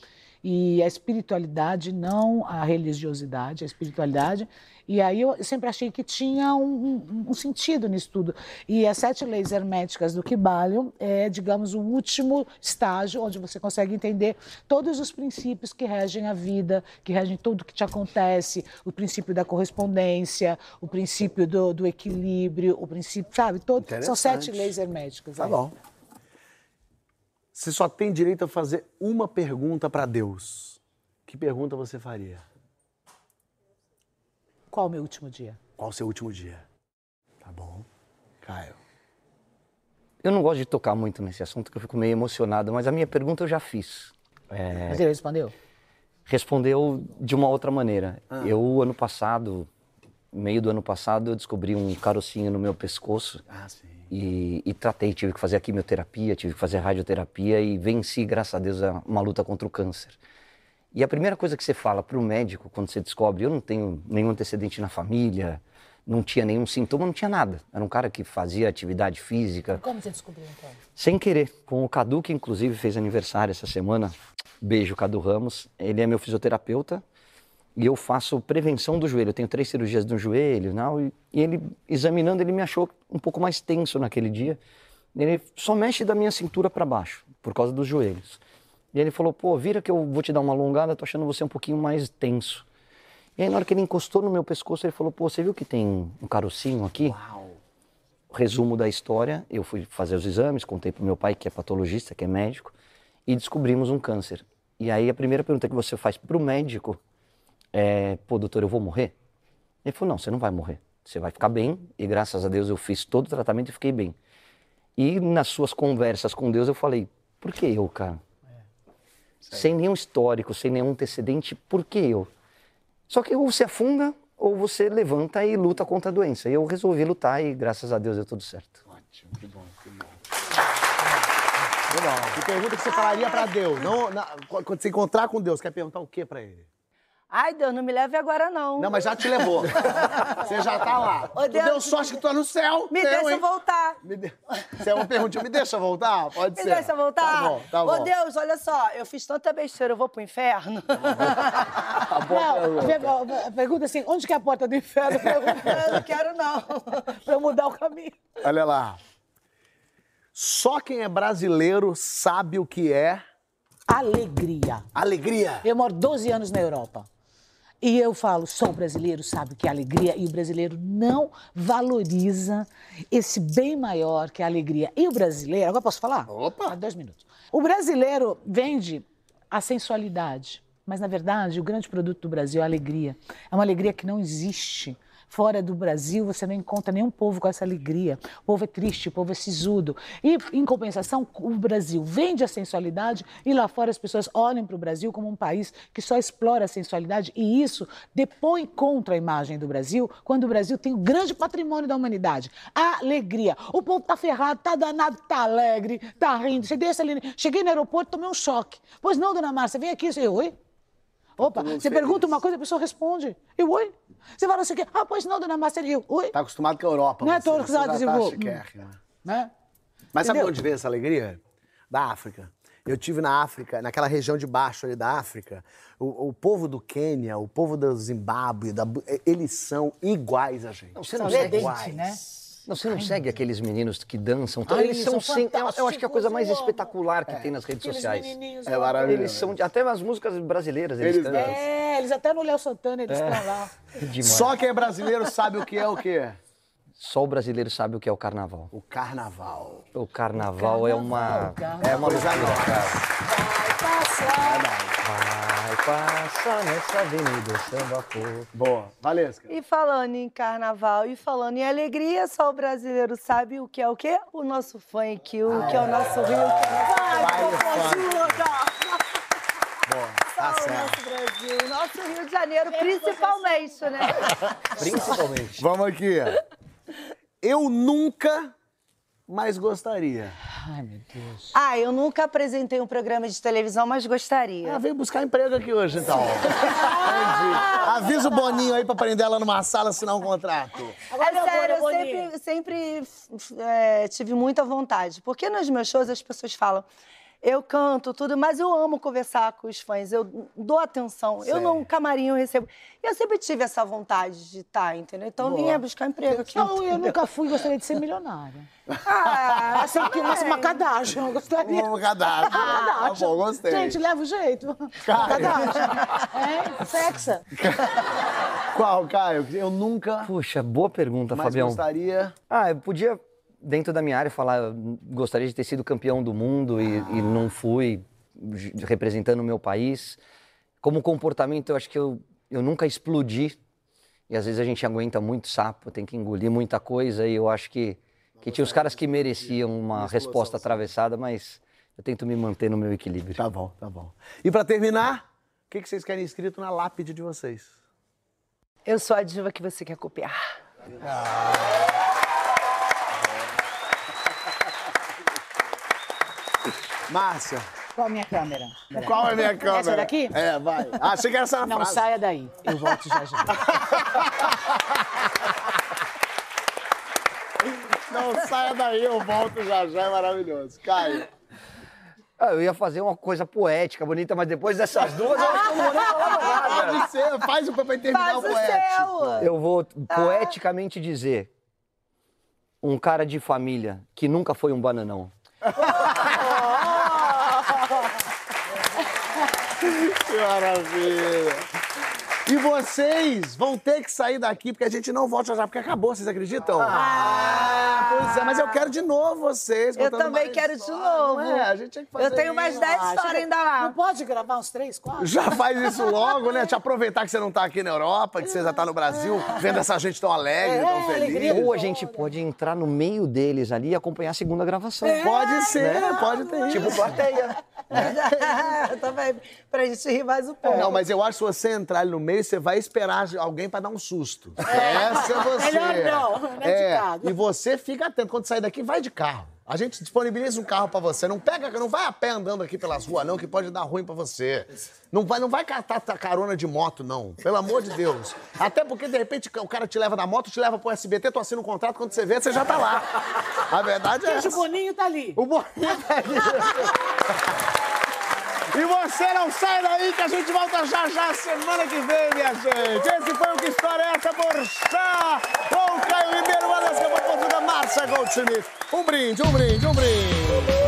Speaker 4: e a espiritualidade, não a religiosidade, a espiritualidade. E aí eu sempre achei que tinha um, um- um sentido nisso tudo. E as sete leis herméticas do Kybalion é, digamos, o último estágio onde você consegue entender todos os princípios que regem a vida, que regem tudo que te acontece, o princípio da correspondência, o princípio do, do equilíbrio, o princípio, sabe? Todo, são sete
Speaker 9: Interessante.
Speaker 4: leis herméticas.
Speaker 9: Tá
Speaker 4: é.
Speaker 9: bom. Você só tem direito a fazer uma pergunta pra Deus. Que pergunta você faria?
Speaker 4: Qual o meu último dia?
Speaker 9: Qual o seu último dia? Tá bom. Caio.
Speaker 5: Eu não gosto de tocar muito nesse assunto, que eu fico meio emocionado, mas a minha pergunta eu já fiz.
Speaker 9: É.
Speaker 4: Mas ele respondeu?
Speaker 5: Respondeu de uma outra maneira. Eu, ano passado, meio do ano passado, eu descobri um carocinho no meu pescoço.
Speaker 9: Ah, sim.
Speaker 5: E, e tratei, tive que fazer a quimioterapia, tive que fazer a radioterapia e venci, graças a Deus, a- uma luta contra o câncer. E a primeira coisa que você fala para o médico quando você descobre, eu não tenho nenhum antecedente na família, não tinha nenhum sintoma, não tinha nada. Era um cara que fazia atividade física,
Speaker 4: Como você descobriu então?
Speaker 5: sem querer, com o Cadu, que inclusive fez aniversário essa semana. Beijo, Cadu Ramos. Ele é meu fisioterapeuta e eu faço prevenção do joelho. Eu tenho três cirurgias no joelho não, e, e ele, examinando, ele me achou um pouco mais tenso naquele dia. Ele só mexe da minha cintura para baixo, por causa dos joelhos. E ele falou: pô, vira que eu vou te dar uma alongada, tô achando você um pouquinho mais tenso. E aí, na hora que ele encostou no meu pescoço, ele falou: pô, você viu que tem um carocinho aqui? Resumo da história: eu fui fazer os exames, contei pro meu pai, que é patologista, que é médico, e descobrimos um câncer. E aí a primeira pergunta que você faz pro médico é: pô, doutor, eu vou morrer? Ele falou: não, você não vai morrer. Você vai ficar bem, e graças a Deus eu fiz todo o tratamento e fiquei bem. E nas suas conversas com Deus eu falei: por que eu, cara? sem nenhum histórico, sem nenhum antecedente, por que eu? Só que ou você afunda ou você levanta e luta contra a doença. E eu resolvi lutar e graças a Deus deu tudo certo.
Speaker 1: Legal. Que pergunta que você falaria pra Deus? Não, na- quando você encontrar com Deus, quer perguntar o quê pra ele?
Speaker 2: Ai, Deus, não me leve agora, não.
Speaker 1: Não, mas já te levou. Você já tá lá.
Speaker 2: Ô,
Speaker 1: Tu
Speaker 2: Deus.
Speaker 1: deu sorte que tu tá no céu.
Speaker 2: Me
Speaker 1: Teu,
Speaker 2: deixa
Speaker 1: hein?
Speaker 9: Tá
Speaker 2: voltar.
Speaker 1: Me de... Você é uma perguntinha, me deixa voltar? Pode
Speaker 2: Me
Speaker 1: ser.
Speaker 2: deixa voltar.
Speaker 1: Tá bom, tá bom.
Speaker 2: Ô, Deus, olha só, eu fiz tanta besteira, eu vou pro inferno.
Speaker 9: Tá Ah,
Speaker 4: Não, pergunta. pergunta assim, onde que é a porta do inferno?
Speaker 2: eu não quero, não. pra eu mudar o caminho.
Speaker 1: Olha lá. Só quem é brasileiro sabe o que é
Speaker 4: Alegria.
Speaker 1: alegria.
Speaker 4: Eu moro 12 anos na Europa. E eu falo, só o brasileiro sabe que é alegria, e o brasileiro não valoriza esse bem maior que é a alegria. E o brasileiro, agora posso falar? Opa! dois minutos. O brasileiro vende a sensualidade, mas na verdade o grande produto do Brasil é a alegria. É uma alegria que não existe. Fora do Brasil, você não encontra nenhum povo com essa alegria. O povo é triste, o povo é sisudo. E, em compensação, o Brasil vende a sensualidade e lá fora as pessoas olham para o Brasil como um país que só explora a sensualidade e isso depõe contra a imagem do Brasil, quando o Brasil tem o grande patrimônio da humanidade. A alegria. O povo tá ferrado, tá danado, tá alegre, tá rindo. Você deixa ali. Cheguei no aeroporto, tomei um choque. Pois não, dona Márcia, vem aqui. Eu, oi? Opa, você pergunta uma coisa, a pessoa responde. Eu, oi? Você fala assim, o quê? ah, pois não, dona Márcia, eu, oi?
Speaker 1: Tá acostumado com a Europa.
Speaker 4: Não é
Speaker 1: você,
Speaker 4: todo acostumado,
Speaker 1: você já
Speaker 4: tipo,
Speaker 1: tá
Speaker 4: hum.
Speaker 1: chiquérrima.
Speaker 4: Né?
Speaker 1: Mas sabe de
Speaker 4: Entendeu?
Speaker 1: onde veio essa alegria? Da África. Eu tive na África, naquela região de baixo ali da África, o, o povo do Quênia, o povo do Zimbábue, da Bu- eles são iguais a gente.
Speaker 5: você não é
Speaker 1: São
Speaker 5: segue-
Speaker 1: iguais.
Speaker 4: né?
Speaker 5: Não, você não segue aqueles meninos que dançam? Então,
Speaker 4: Ai,
Speaker 5: eles
Speaker 4: eles
Speaker 5: são,
Speaker 4: são
Speaker 5: sem- eu, eu acho que é a coisa mais
Speaker 4: fantásticos, eu amo. É.
Speaker 5: espetacular que tem nas redes
Speaker 4: Aqueles
Speaker 5: sociais.
Speaker 4: menininhos.
Speaker 1: É
Speaker 4: ó.
Speaker 1: maravilhoso.
Speaker 5: Eles são, até as músicas brasileiras eles,
Speaker 1: Eles
Speaker 5: cantam.
Speaker 4: É, eles até no Léo Santana eles
Speaker 1: É.
Speaker 4: estão lá.
Speaker 5: Demais. Só...
Speaker 1: Só quem é brasileiro sabe o que é o quê?
Speaker 5: o brasileiro sabe o que é o carnaval.
Speaker 1: O carnaval.
Speaker 5: O carnaval, é uma...
Speaker 4: carnaval.
Speaker 5: É uma
Speaker 1: Coisa
Speaker 5: loucura,
Speaker 1: nova.
Speaker 5: cara.
Speaker 4: Vai passar.
Speaker 5: Vai passar nessa avenida, samba fogo.
Speaker 1: Boa. Valesca.
Speaker 2: E falando em carnaval e falando em alegria, só o brasileiro sabe o que é o quê? O nosso funk, o que é o nosso Rio. Vai,
Speaker 1: Ah, Baile
Speaker 2: Popozuda!
Speaker 1: Tá
Speaker 2: Só o
Speaker 1: certo.
Speaker 2: nosso Brasil, nosso Rio de Janeiro, principalmente, né?
Speaker 5: Principalmente.
Speaker 1: Vamos aqui. Eu nunca mais gostaria.
Speaker 4: Ai, meu Deus.
Speaker 2: Ah, eu nunca apresentei um programa de televisão, mas
Speaker 1: Ela
Speaker 2: gostaria.
Speaker 1: veio Ah, buscar emprego aqui hoje, então. Entendi. Avisa o Boninho aí pra prender ela numa sala assinar um contrato.
Speaker 2: é sério, eu sempre, sempre f- é, tive muita vontade. Porque nos meus shows as pessoas falam, eu canto tudo, mas eu amo conversar com os fãs, eu dou atenção, eu não camarim eu recebo. E eu sempre tive essa vontade de estar, entendeu? Então eu vinha buscar emprego aqui.
Speaker 4: Não, eu nunca fui, gostaria de ser milionária.
Speaker 2: Ah,
Speaker 4: Assim, que uma, uma Kardashian, eu gostaria. Ah,
Speaker 1: Vamos cadastro. é. Hum. Tá bom, gostei.
Speaker 4: Gente, leva o jeito.
Speaker 1: Cara.
Speaker 4: Kardashian. É, sexa.
Speaker 1: Qual, Caio? Eu nunca
Speaker 5: Puxa, boa pergunta,
Speaker 1: mais
Speaker 5: Fabião.
Speaker 1: gostaria.
Speaker 5: Ah, eu podia, dentro da minha área, falar, eu gostaria de ter sido campeão do mundo e, e não fui, j- representando o meu país. Como comportamento, eu acho que eu, eu nunca explodi. E às vezes a gente aguenta muito sapo, tem que engolir muita coisa. E eu acho que, que tinha os caras que mereciam uma resposta atravessada, mas eu tento me manter no meu equilíbrio.
Speaker 1: Tá bom, tá bom. E pra terminar, o que, que vocês querem escrito na lápide de vocês?
Speaker 2: eu sou a diva que você quer copiar.
Speaker 1: Márcia,
Speaker 4: Qual a minha câmera? Peraí.
Speaker 1: qual é a minha câmera?
Speaker 4: daqui?
Speaker 1: É, vai. Ah, achei que era essa
Speaker 4: Não,
Speaker 1: frase.
Speaker 4: saia daí. Eu volto já já.
Speaker 1: Não saia daí, eu volto já já, é maravilhoso. Caio.
Speaker 5: Ah, eu ia fazer uma coisa poética, bonita, mas depois dessas duas eu acho que eu não vou nem falar mais nada.
Speaker 1: Pode ser, faz o papai terminar o
Speaker 2: Faz o
Speaker 1: um poético.
Speaker 2: seu!
Speaker 5: Eu vou
Speaker 1: Ah.
Speaker 5: poeticamente dizer: um cara de família que nunca foi um bananão.
Speaker 1: Que maravilha. E vocês vão ter que sair daqui, porque a gente não volta já já, porque acabou, vocês acreditam? Ah, pois é, mas eu quero de novo vocês.
Speaker 2: Eu
Speaker 1: contando
Speaker 2: também
Speaker 1: mais
Speaker 2: quero de
Speaker 1: história,
Speaker 2: novo.
Speaker 1: não É, a gente tinha que fazer
Speaker 2: Eu tenho mais
Speaker 1: isso.
Speaker 2: 10
Speaker 4: Ah,
Speaker 2: histórias
Speaker 4: chega-
Speaker 2: ainda lá.
Speaker 4: Não pode gravar uns três, quatro?
Speaker 1: Já faz isso logo, né? Te aproveitar que você não tá aqui na Europa, que você já tá no Brasil, vendo essa gente tão alegre,
Speaker 4: É,
Speaker 1: tão feliz.
Speaker 4: alegria.
Speaker 5: Ou a gente pode entrar no meio deles ali e acompanhar a segunda gravação.
Speaker 1: É.
Speaker 2: É.
Speaker 1: Pode ser, pode ter
Speaker 5: Tipo
Speaker 1: isso.
Speaker 5: plateia.
Speaker 2: também, pra gente rir mais um
Speaker 4: É.
Speaker 2: pouco.
Speaker 1: Não, mas eu acho que se você entrar ali no meio, você vai esperar alguém pra dar um susto. Essa é você.
Speaker 4: Melhor não, não é ditado.
Speaker 1: E você fica atento. Quando sair daqui, vai de carro. A gente disponibiliza um carro pra você. Não pega, não vai a pé andando aqui pelas ruas, não, que pode dar ruim pra você. Não vai, não vai catar ta- carona de moto, não. Pelo amor de Deus. Até porque, de repente, o cara te leva da moto, te leva pro SBT, tu assina um contrato, quando você vê, você já tá lá. A verdade é
Speaker 4: Gente,
Speaker 1: essa.
Speaker 4: o Boninho tá ali.
Speaker 1: O Boninho tá aqui. E você não sai daí que a gente volta já já semana que vem, minha gente. Esse foi o Que História é Essa, Borchá? Com o Caio Ribeiro, Vanessa Capotuda, Márcia Goldschmidt. Um brinde, um brinde, um brinde.